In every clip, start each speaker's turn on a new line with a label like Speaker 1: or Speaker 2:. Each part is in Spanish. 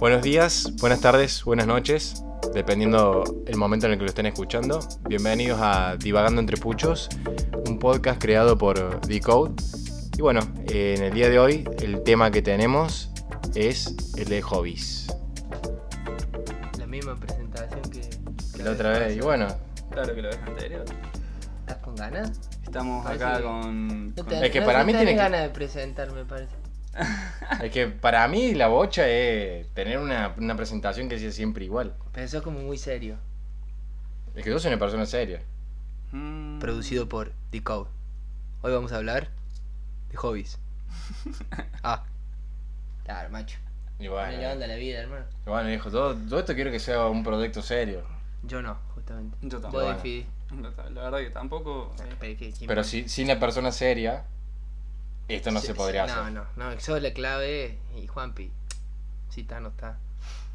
Speaker 1: Buenos días, buenas tardes, buenas noches, dependiendo el momento en el que lo estén escuchando. Bienvenidos a Divagando entre Puchos, un podcast creado por Decode. Y bueno, eh, en el día de hoy el tema que tenemos es el de hobbies.
Speaker 2: La misma presentación que
Speaker 1: La otra vez, y bueno,
Speaker 3: Claro que lo ves anterior.
Speaker 2: ¿Estás con ganas?
Speaker 3: Estamos
Speaker 2: Parece
Speaker 3: acá
Speaker 2: que-
Speaker 3: con.
Speaker 2: No
Speaker 3: con-
Speaker 2: te-
Speaker 1: Es que
Speaker 2: no-
Speaker 1: para
Speaker 2: no
Speaker 1: mí
Speaker 2: tenés
Speaker 1: tiene que-
Speaker 2: ganas de presentar, me parece.
Speaker 1: es que para mí la bocha es tener una, una presentación que sea siempre igual.
Speaker 2: Pensó como muy serio.
Speaker 1: Es que yo soy una persona seria.
Speaker 3: Mm.
Speaker 2: Producido por Decode. Hoy vamos a hablar de hobbies. ah. Claro, macho.
Speaker 1: Y
Speaker 2: Ponele
Speaker 1: bueno,
Speaker 2: onda a la vida, hermano.
Speaker 1: y bueno hijo, todo, todo esto quiero que sea un proyecto serio.
Speaker 2: Yo no, justamente.
Speaker 3: Yo
Speaker 2: Vos
Speaker 3: tampoco.
Speaker 1: Bueno.
Speaker 2: decidís.
Speaker 3: La, la verdad que tampoco. eh,
Speaker 2: Pero, que- que-
Speaker 1: Pero si, sin la persona seria, esto no
Speaker 2: Sí,
Speaker 1: se
Speaker 2: sí,
Speaker 1: podría
Speaker 2: No,
Speaker 1: hacer.
Speaker 2: no, no. Eso es la clave. Y Juanpi. Si está, no está.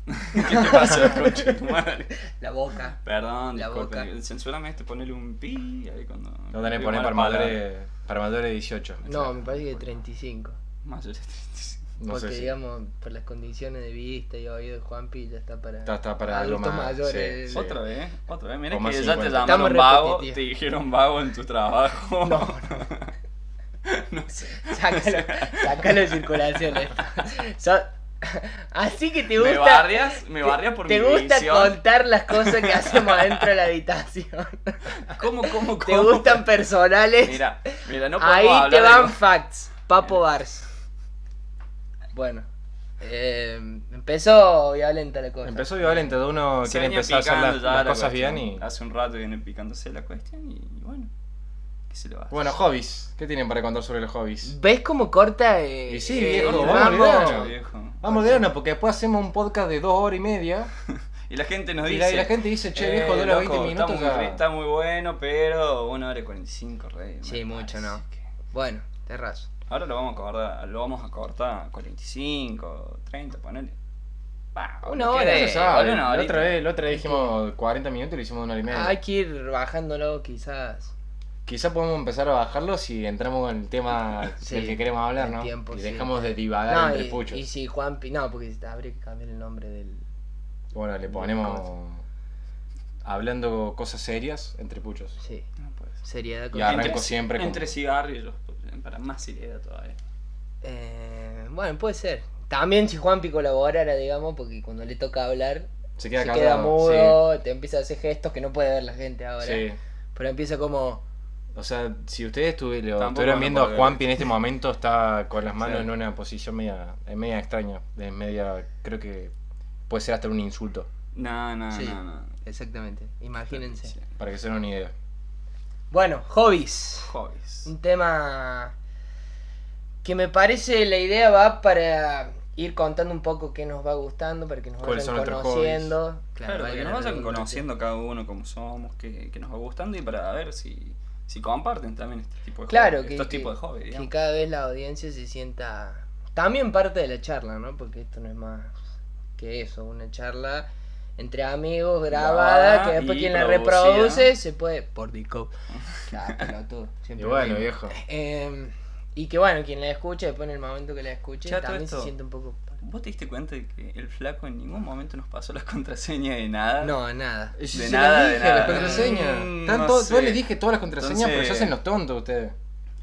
Speaker 3: ¿Qué te pasa, coche de tu madre?
Speaker 2: La boca.
Speaker 3: Perdón,
Speaker 2: La
Speaker 3: disculpen.
Speaker 2: boca.
Speaker 3: Censúrame este, ponele un pi ahí cuando.
Speaker 1: No tenés que poner para mayores, para mayores de 18.
Speaker 2: No, me parece que 35.
Speaker 3: Mayores de 35.
Speaker 1: No
Speaker 2: Porque
Speaker 1: sé si.
Speaker 2: digamos, por las condiciones de vista y oído de Juanpi ya está para...
Speaker 1: Está, está para algo
Speaker 2: Adultos
Speaker 1: más.
Speaker 2: mayores.
Speaker 1: sí, sí.
Speaker 3: Otra vez, otra vez. Mira
Speaker 1: O más
Speaker 3: que ya te
Speaker 1: 50.
Speaker 3: llamaron
Speaker 2: Estamos
Speaker 3: vago, te
Speaker 2: repetitivos.
Speaker 3: dijeron vago en tu trabajo.
Speaker 2: No, no.
Speaker 3: No sé.
Speaker 2: Sácalo, sácalo de circulación esto. So- Así que te gusta...
Speaker 3: Me barrias, me barrias por
Speaker 2: te
Speaker 3: mi
Speaker 2: gusta
Speaker 3: división.
Speaker 2: contar las cosas que hacemos adentro de la habitación.
Speaker 3: ¿Cómo, cómo, cómo?
Speaker 2: Te gustan personales.
Speaker 3: Mira, mira, no podemos
Speaker 2: Ahí
Speaker 3: hablar
Speaker 2: te
Speaker 3: de
Speaker 2: van
Speaker 3: algo-
Speaker 2: facts. Papo Bars. Bueno. eh, empezó violenta la cosa.
Speaker 1: Empezó violento, de uno
Speaker 3: Se
Speaker 1: quiere
Speaker 3: venía
Speaker 1: empezar a hacer
Speaker 3: picando
Speaker 1: las,
Speaker 3: ya
Speaker 1: las
Speaker 3: la
Speaker 1: cosas
Speaker 3: cuestión.
Speaker 1: bien y.
Speaker 3: Hace un rato viene picándose la cuestión y, y bueno. ¿Qué se le va a hacer?
Speaker 1: Bueno, hobbies. ¿Qué tienen para contar sobre los hobbies?
Speaker 2: ¿Ves cómo corta? eh,
Speaker 1: Y sí,
Speaker 2: eh,
Speaker 1: viejo,
Speaker 2: el
Speaker 1: vamos,
Speaker 2: ramo?
Speaker 1: olvidate,
Speaker 3: Bueno, viejo.
Speaker 1: Vamos de una, porque después hacemos un podcast de dos horas y media.
Speaker 3: Y la gente nos
Speaker 1: Y
Speaker 3: dice.
Speaker 1: la, y la gente dice, che, viejo,
Speaker 3: eh,
Speaker 1: dura
Speaker 3: loco,
Speaker 1: 20 minutos.
Speaker 3: Está muy,
Speaker 1: ya.
Speaker 3: ri- está muy bueno, pero 1 hora y 45, rey. me
Speaker 2: Sí, mucho,
Speaker 3: parece
Speaker 2: no.
Speaker 3: que-
Speaker 2: Bueno, terrazo.
Speaker 3: Ahora lo vamos a cortar, lo vamos a cortar a 45, 30, ponele. Va,
Speaker 2: Una
Speaker 3: ¿qué?
Speaker 2: hora,
Speaker 1: Eso
Speaker 2: eh,
Speaker 1: sabe.
Speaker 3: una
Speaker 1: La
Speaker 3: horita.
Speaker 1: otra vez, la otra vez dijimos 40 minutos y lo hicimos una hora y media.
Speaker 2: Hay que ir bajándolo quizás.
Speaker 1: Quizá podemos empezar a bajarlo si entramos en el tema
Speaker 2: Sí,
Speaker 1: del que queremos hablar,
Speaker 2: el
Speaker 1: ¿no?
Speaker 2: tiempo,
Speaker 1: y
Speaker 2: sí.
Speaker 1: dejamos de divagar
Speaker 2: No,
Speaker 1: entre
Speaker 2: y,
Speaker 1: puchos.
Speaker 2: y si Juanpi. No, porque habría que cambiar el nombre del.
Speaker 1: Bueno, le ponemos hablando cosas serias entre puchos.
Speaker 2: Sí,
Speaker 3: No, pues.
Speaker 2: seriedad con.
Speaker 1: Y arranco
Speaker 3: Entre-
Speaker 1: siempre con-
Speaker 3: Entre cigarrillos, para más seriedad todavía.
Speaker 2: Eh, bueno, puede ser. También si Juanpi colaborara, digamos, porque cuando le toca hablar
Speaker 1: Se
Speaker 2: se
Speaker 1: queda
Speaker 2: queda
Speaker 1: callado, sí,
Speaker 2: mudo, te empieza a hacer gestos que no puede ver la gente ahora.
Speaker 1: sí.
Speaker 2: Pero empieza como.
Speaker 1: O sea, si ustedes estuvi- lo
Speaker 3: Tampoco
Speaker 1: estuvieran
Speaker 3: no
Speaker 1: viendo
Speaker 3: puedo
Speaker 1: a
Speaker 3: ver.
Speaker 1: Juanpi en este momento está con las manos
Speaker 3: Sí.
Speaker 1: en una posición media, eh, media extraña, de media, creo que puede ser hasta un insulto,
Speaker 3: No, no,
Speaker 2: Sí.
Speaker 3: no, no.
Speaker 2: Exactamente, imagínense.
Speaker 3: Sí.
Speaker 1: para que se den una idea.
Speaker 2: Bueno, hobbies.
Speaker 3: Hobbies.
Speaker 2: Un tema que me parece la idea va para ir contando un poco qué nos va gustando, para que nos
Speaker 1: ¿Cuáles
Speaker 2: vayan
Speaker 1: son nuestros
Speaker 2: conociendo.
Speaker 3: Claro, para
Speaker 2: valga
Speaker 3: que
Speaker 2: la
Speaker 3: nos vayan
Speaker 2: redundancia.
Speaker 3: conociendo cada uno como somos, que, que nos va gustando y para ver si, si comparten también este tipo de
Speaker 2: Claro,
Speaker 3: hobby,
Speaker 2: que,
Speaker 3: estos
Speaker 2: que-
Speaker 3: tipos de hobby,
Speaker 2: que
Speaker 3: digamos.
Speaker 2: cada vez la audiencia se sienta también parte de la charla, ¿no? Porque esto no es más que eso, una charla entre amigos grabada,
Speaker 3: Grabada
Speaker 2: que después
Speaker 3: y
Speaker 2: quien la
Speaker 3: producida.
Speaker 2: reproduce se puede por Dico. Claro, pelotudo,
Speaker 1: Y
Speaker 2: siempre lo
Speaker 1: bueno,
Speaker 2: mismo.
Speaker 1: viejo.
Speaker 2: Eh, y que bueno, quien la escuche, después en el momento que la escuche,
Speaker 3: Ya, todo
Speaker 2: también se
Speaker 3: esto-
Speaker 2: siente un poco...
Speaker 3: ¿Vos te diste cuenta de que el flaco en ningún momento nos pasó las contraseñas de nada?
Speaker 2: No, nada.
Speaker 1: Yo
Speaker 3: De
Speaker 1: se
Speaker 3: nada,
Speaker 1: las
Speaker 3: de
Speaker 1: dije,
Speaker 3: nada.
Speaker 1: las contraseñas.
Speaker 3: Mm,
Speaker 1: Están
Speaker 3: no
Speaker 1: todo- yo
Speaker 3: sé.
Speaker 1: les dije todas las contraseñas, pero se
Speaker 3: Entonces-
Speaker 1: hacen los tontos ustedes.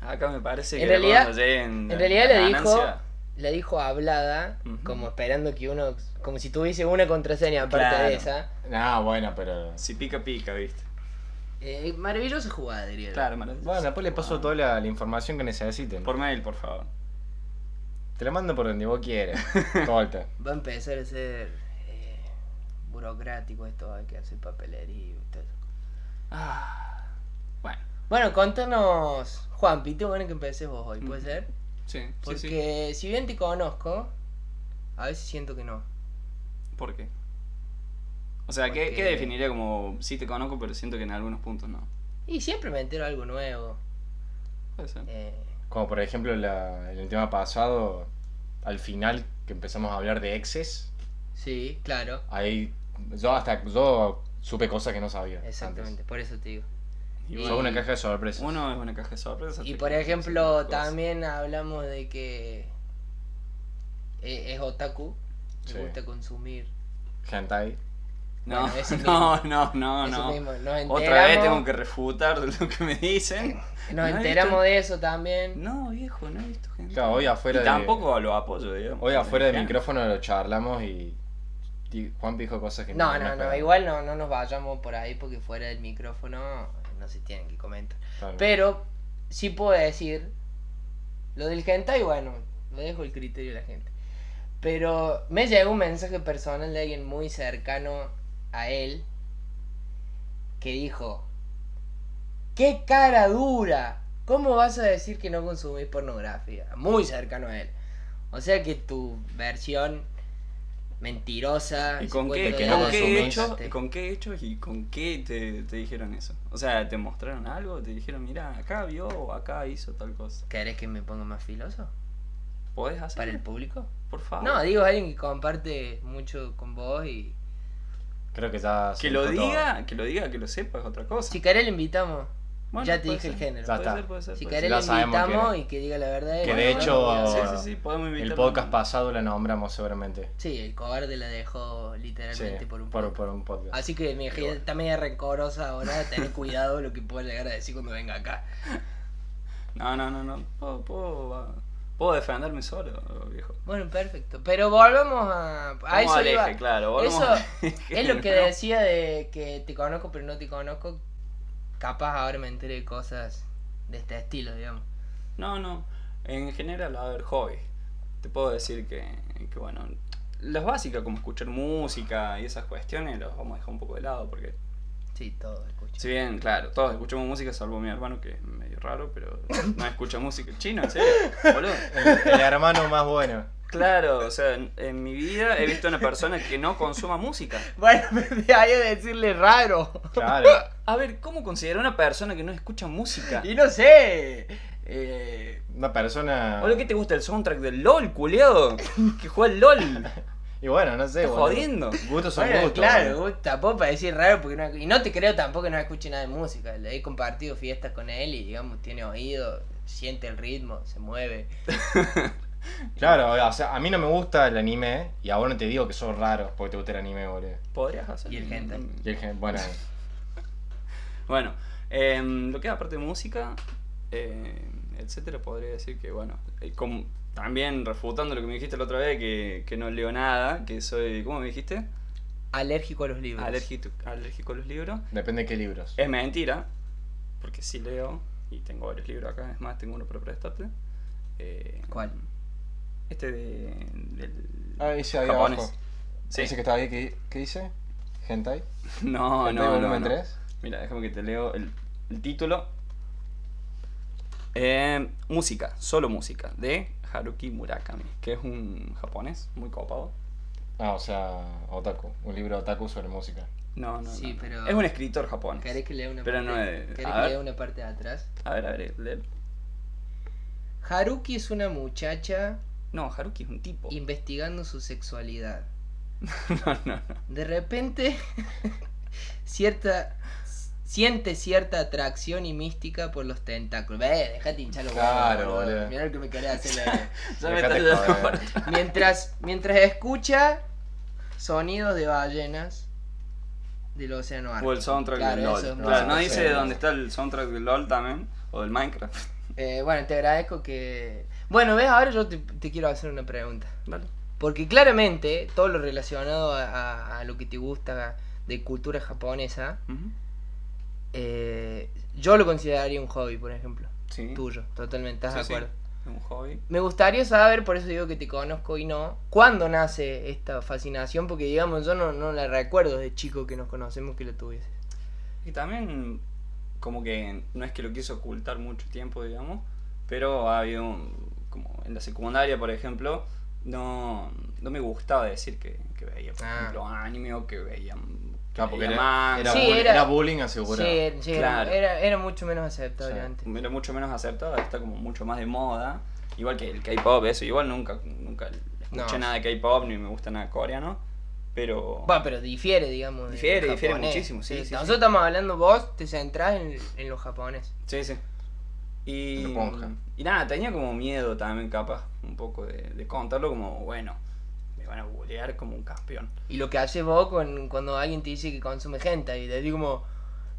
Speaker 3: Acá me parece
Speaker 2: En
Speaker 3: que
Speaker 2: realidad-
Speaker 3: cuando lleguen
Speaker 2: En
Speaker 3: la-
Speaker 2: realidad
Speaker 3: la
Speaker 2: le dijo,
Speaker 3: ganancia-
Speaker 2: la dijo hablada,
Speaker 3: Mm. Ujú.
Speaker 2: como esperando que uno, como si tuviese una contraseña aparte
Speaker 3: Claro.
Speaker 2: de esa.
Speaker 1: No, Ah, bueno, pero.
Speaker 3: Si pica, pica, ¿viste?
Speaker 2: Eh, maravillosa jugada, diría. yo.
Speaker 3: Claro, maravilloso.
Speaker 1: Bueno, después les paso toda la, la información que necesiten.
Speaker 3: Ah. Por mail, por favor.
Speaker 1: Te la mando por donde vos quieras. Corta.
Speaker 2: Va a empezar a ser eh, burocrático esto, hay que hacer papelería y todo eso.
Speaker 3: Ah, bueno,
Speaker 2: Bueno, contanos, Juan, Pito, bueno que empeces vos hoy, ¿puede
Speaker 3: Ujú.
Speaker 2: ser?
Speaker 3: sí, sí, sí.
Speaker 2: Porque si bien te conozco, a veces siento que no.
Speaker 3: ¿Por qué? O sea, ¿qué,
Speaker 2: Porque-
Speaker 3: ¿qué definiría como sí te conozco, pero siento que en algunos puntos no?
Speaker 2: Y siempre me entero algo nuevo.
Speaker 3: Puede ser.
Speaker 2: eh,
Speaker 1: Como por ejemplo la- en el tema pasado, al final que empezamos a hablar de exes,
Speaker 2: sí, claro.
Speaker 1: ahí yo hasta yo Supe cosas que no sabía. antes.
Speaker 2: Exactamente, por eso te digo.
Speaker 3: Y
Speaker 1: Fue
Speaker 2: bueno,
Speaker 1: una caja de sorpresas.
Speaker 3: Uno es una caja de sorpresas.
Speaker 2: Y
Speaker 3: te
Speaker 2: por
Speaker 3: quedas
Speaker 2: ejemplo,
Speaker 3: haciendo cosas.
Speaker 2: también hablamos de que e- es otaku, le
Speaker 1: Sí.
Speaker 2: gusta consumir.
Speaker 1: Hentai.
Speaker 3: No,
Speaker 2: Bueno, ese
Speaker 3: no, no, no,
Speaker 2: Eso
Speaker 3: no.
Speaker 2: mismo, nos enteramos,
Speaker 3: Otra vez tengo que refutar lo que me dicen. No
Speaker 2: nos
Speaker 3: he
Speaker 2: enteramos
Speaker 3: visto-
Speaker 2: de eso también.
Speaker 3: No, viejo, no he visto gente.
Speaker 1: Claro, hoy afuera
Speaker 3: Y
Speaker 1: de-
Speaker 3: tampoco lo apoyo, digamos.
Speaker 1: Hoy afuera del
Speaker 3: Claro.
Speaker 1: micrófono lo charlamos y y Juan dijo cosas que
Speaker 2: No, no, no,
Speaker 1: esperaba.
Speaker 2: igual no, no nos vayamos por ahí porque fuera del micrófono no se tienen que comentar.
Speaker 1: Claro.
Speaker 2: Pero sí puedo decir lo del hentai, bueno, lo dejo el criterio de la gente. Pero me llegó un mensaje personal de alguien muy cercano a él que dijo, ¡qué cara dura! ¿Cómo vas a decir que no consumís pornografía? Muy cercano a él. O sea que tu versión mentirosa...
Speaker 3: ¿Y con qué,
Speaker 2: cuento
Speaker 1: que
Speaker 2: de
Speaker 1: no
Speaker 3: con,
Speaker 2: hadas
Speaker 3: qué
Speaker 1: consumís.
Speaker 3: hechos,
Speaker 2: inventaste.
Speaker 3: con qué hechos y con qué te, te dijeron eso? O sea, ¿te mostraron algo? ¿Te dijeron, mira, acá vio o acá hizo tal cosa?
Speaker 2: ¿Querés que me ponga más filoso?
Speaker 3: ¿Podés hacer?
Speaker 2: ¿Para el público?
Speaker 3: Por favor.
Speaker 2: No, digo alguien que comparte mucho con vos y.
Speaker 1: Creo que ya.
Speaker 3: que lo
Speaker 1: soltó todo.
Speaker 3: diga, que lo diga, que lo sepa es otra cosa.
Speaker 2: Si querés le invitamos.
Speaker 3: Bueno,
Speaker 2: ya te
Speaker 3: puede
Speaker 2: dije el
Speaker 3: ser.
Speaker 2: género.
Speaker 1: Ya
Speaker 3: Puede
Speaker 1: está.
Speaker 3: ser, puede ser,
Speaker 2: Si
Speaker 3: puede
Speaker 2: querés
Speaker 1: Ya
Speaker 2: le
Speaker 1: sabemos quién
Speaker 2: invitamos
Speaker 1: es.
Speaker 2: y que diga la verdad.
Speaker 1: Que
Speaker 2: él,
Speaker 1: de
Speaker 2: ¿no?
Speaker 1: hecho-
Speaker 2: Sí,
Speaker 3: ser.
Speaker 2: sí.
Speaker 3: Sí, sí, sí, podemos
Speaker 1: El
Speaker 3: invitarlo.
Speaker 1: podcast pasado la nombramos seguramente.
Speaker 2: Sí, el cobarde la dejó literalmente
Speaker 1: Sí,
Speaker 2: por un
Speaker 1: por,
Speaker 2: poco.
Speaker 1: por un podcast.
Speaker 2: Así que mi gente está media rencorosa ahora. Tener cuidado lo que pueda llegar a decir cuando venga acá.
Speaker 3: No, no, no, no. Puedo, puedo, ah, puedo defenderme solo, viejo.
Speaker 2: Bueno, perfecto. Pero volvamos a. A
Speaker 3: Vamos
Speaker 2: eso
Speaker 3: al eje,
Speaker 2: iba.
Speaker 3: claro. volvamos
Speaker 2: Eso
Speaker 3: al eje,
Speaker 2: Es lo que
Speaker 3: ¿no?
Speaker 2: decía de que te conozco pero no te conozco. Capaz ahora me enteré de cosas de este estilo, digamos.
Speaker 3: No, no. En general, a ver, hobby. Te puedo decir que, que, bueno, las básicas como escuchar música y esas cuestiones los vamos a dejar un poco de lado porque,
Speaker 2: Sí, todo escucho.
Speaker 3: si bien, claro, todos escuchamos música, salvo mi hermano que es medio raro, pero no escucha música chino, en serio, boludo.
Speaker 1: El, el hermano más bueno.
Speaker 3: Claro, o sea, en, en mi vida he visto a una persona que no consuma música.
Speaker 2: Bueno, me hay a decirle raro.
Speaker 1: Claro.
Speaker 3: A ver, ¿cómo considerar una persona que no escucha música?
Speaker 2: Y no sé.
Speaker 3: Eh,
Speaker 1: Una persona.
Speaker 3: ¿Hola, qué te gusta el soundtrack del LOL, culiado? Que juega al LOL.
Speaker 1: Y bueno, no sé.
Speaker 3: Estás
Speaker 1: boludo.
Speaker 3: jodiendo.
Speaker 1: Gustos son
Speaker 2: Bueno,
Speaker 1: gustos.
Speaker 2: claro,
Speaker 1: boludo.
Speaker 2: vos tampoco para decir raro porque no, y no te creo tampoco que no escuche nada de música. Le he compartido fiestas con él y digamos tiene oído, siente el ritmo, se mueve.
Speaker 1: Claro, o sea, a mí no me gusta el anime y ahora no te digo que sos raro porque te gusta el anime, boludo.
Speaker 3: Podrías hacer.
Speaker 2: Y el hentai.
Speaker 1: Y el gen- bueno,
Speaker 3: Bueno, em, lo que es aparte de música, em, etcétera, podría decir que, bueno, eh, como- también refutando lo que me dijiste la otra vez, que, que no leo nada, que soy, ¿cómo me dijiste?
Speaker 2: Alérgico a los libros.
Speaker 3: Alérgico, alérgico a los libros.
Speaker 1: depende de qué libros.
Speaker 3: Es mentira, porque sí leo y tengo varios libros acá, es más, tengo uno para prestarte. Eh,
Speaker 2: ¿Cuál?
Speaker 3: Este de, del
Speaker 1: Ah, ese ahí
Speaker 3: japonés.
Speaker 1: abajo.
Speaker 3: Sí.
Speaker 1: Ese que estaba ahí, ¿qué, qué dice? ¿Hentai?
Speaker 3: No,
Speaker 1: ¿Hentai
Speaker 3: no, no,
Speaker 1: volumen
Speaker 3: no.
Speaker 1: 3?
Speaker 3: Mira, déjame que te leo el, el título. Eh, música, solo música, de Haruki Murakami, que es un japonés muy copado.
Speaker 1: Ah, o sea, Otaku. Un libro Otaku sobre música.
Speaker 3: No, no, no,
Speaker 2: Sí,
Speaker 3: no.
Speaker 2: pero-
Speaker 3: Es un escritor japonés.
Speaker 2: ¿Querés que lea una
Speaker 3: Pero
Speaker 2: parte?
Speaker 3: no es-
Speaker 2: ¿Querés
Speaker 3: a
Speaker 2: que
Speaker 3: ver.
Speaker 2: lea una parte de atrás?
Speaker 3: A ver, a ver, léelo.
Speaker 2: Haruki es una muchacha
Speaker 3: No, Haruki es un tipo.
Speaker 2: investigando su sexualidad.
Speaker 3: No, no, no.
Speaker 2: De repente, cierta siente cierta atracción y mística por los tentáculos. Ve, dejate hinchar los huevos,
Speaker 1: Claro,
Speaker 2: boludo.
Speaker 1: boludo.
Speaker 2: Mirá lo que me querés hacer.
Speaker 3: Ya me
Speaker 1: Dejate
Speaker 3: estás dando
Speaker 1: joder.
Speaker 3: cuenta.
Speaker 2: mientras, mientras escucha sonidos de ballenas del océano
Speaker 3: O el
Speaker 2: Ártico.
Speaker 3: soundtrack
Speaker 2: Claro,
Speaker 3: del
Speaker 2: eso
Speaker 3: LOL.
Speaker 2: es
Speaker 3: Claro,
Speaker 2: muy
Speaker 3: no,
Speaker 1: bueno.
Speaker 3: dice
Speaker 1: Sí.
Speaker 3: dónde está el soundtrack del LOL también, o del Minecraft.
Speaker 2: Eh, bueno, te agradezco que... Bueno, ves, ahora yo te, te quiero hacer una pregunta.
Speaker 3: Dale.
Speaker 2: Porque claramente todo lo relacionado a, a- a lo que te gusta de cultura japonesa,
Speaker 3: Ujú.
Speaker 2: eh, yo lo consideraría un hobby, por ejemplo.
Speaker 3: Sí.
Speaker 2: Tuyo, totalmente,
Speaker 3: Sí,
Speaker 2: ¿estás
Speaker 3: sí.
Speaker 2: de acuerdo?
Speaker 3: Es un hobby.
Speaker 2: Me gustaría saber, por eso digo que te conozco y no, cuándo nace esta fascinación, porque digamos, yo no, no la recuerdo de chico que nos conocemos que la tuviese.
Speaker 3: Y también, como que no es que lo quiso ocultar mucho tiempo, digamos, pero ha habido, un- como en la secundaria, por ejemplo, no, no me gustaba decir que, que veía, por
Speaker 2: Ah.
Speaker 3: ejemplo, anime o que veía, que
Speaker 1: Claro, Ah, porque era,
Speaker 3: veía
Speaker 1: era
Speaker 3: manga.
Speaker 2: Sí,
Speaker 1: bullying,
Speaker 2: era-
Speaker 1: era bullying asegurado.
Speaker 2: Sí, sí, era-
Speaker 3: Claro.
Speaker 2: era, era mucho menos aceptable
Speaker 1: Sí.
Speaker 2: antes.
Speaker 3: Era mucho menos aceptado, está como mucho más de moda. Igual que el K-pop, eso, igual nunca, nunca escuché
Speaker 2: No.
Speaker 3: nada de K-pop ni me gusta nada coreano. Pero.
Speaker 2: Bueno, pero difiere, digamos. del
Speaker 3: Difiere, difiere
Speaker 2: japonés.
Speaker 3: muchísimo, sí, sí,
Speaker 2: Nosotros
Speaker 3: sí.
Speaker 2: estamos hablando, vos te centrás en, en los japoneses.
Speaker 3: Sí, sí. Y,
Speaker 1: Lo ponja.
Speaker 3: y nada, tenía como miedo también, capaz, un poco de, de contarlo como, bueno, me van a bullear como un campeón.
Speaker 2: Y lo que haces vos con- cuando alguien te dice que consume gente y te digo como,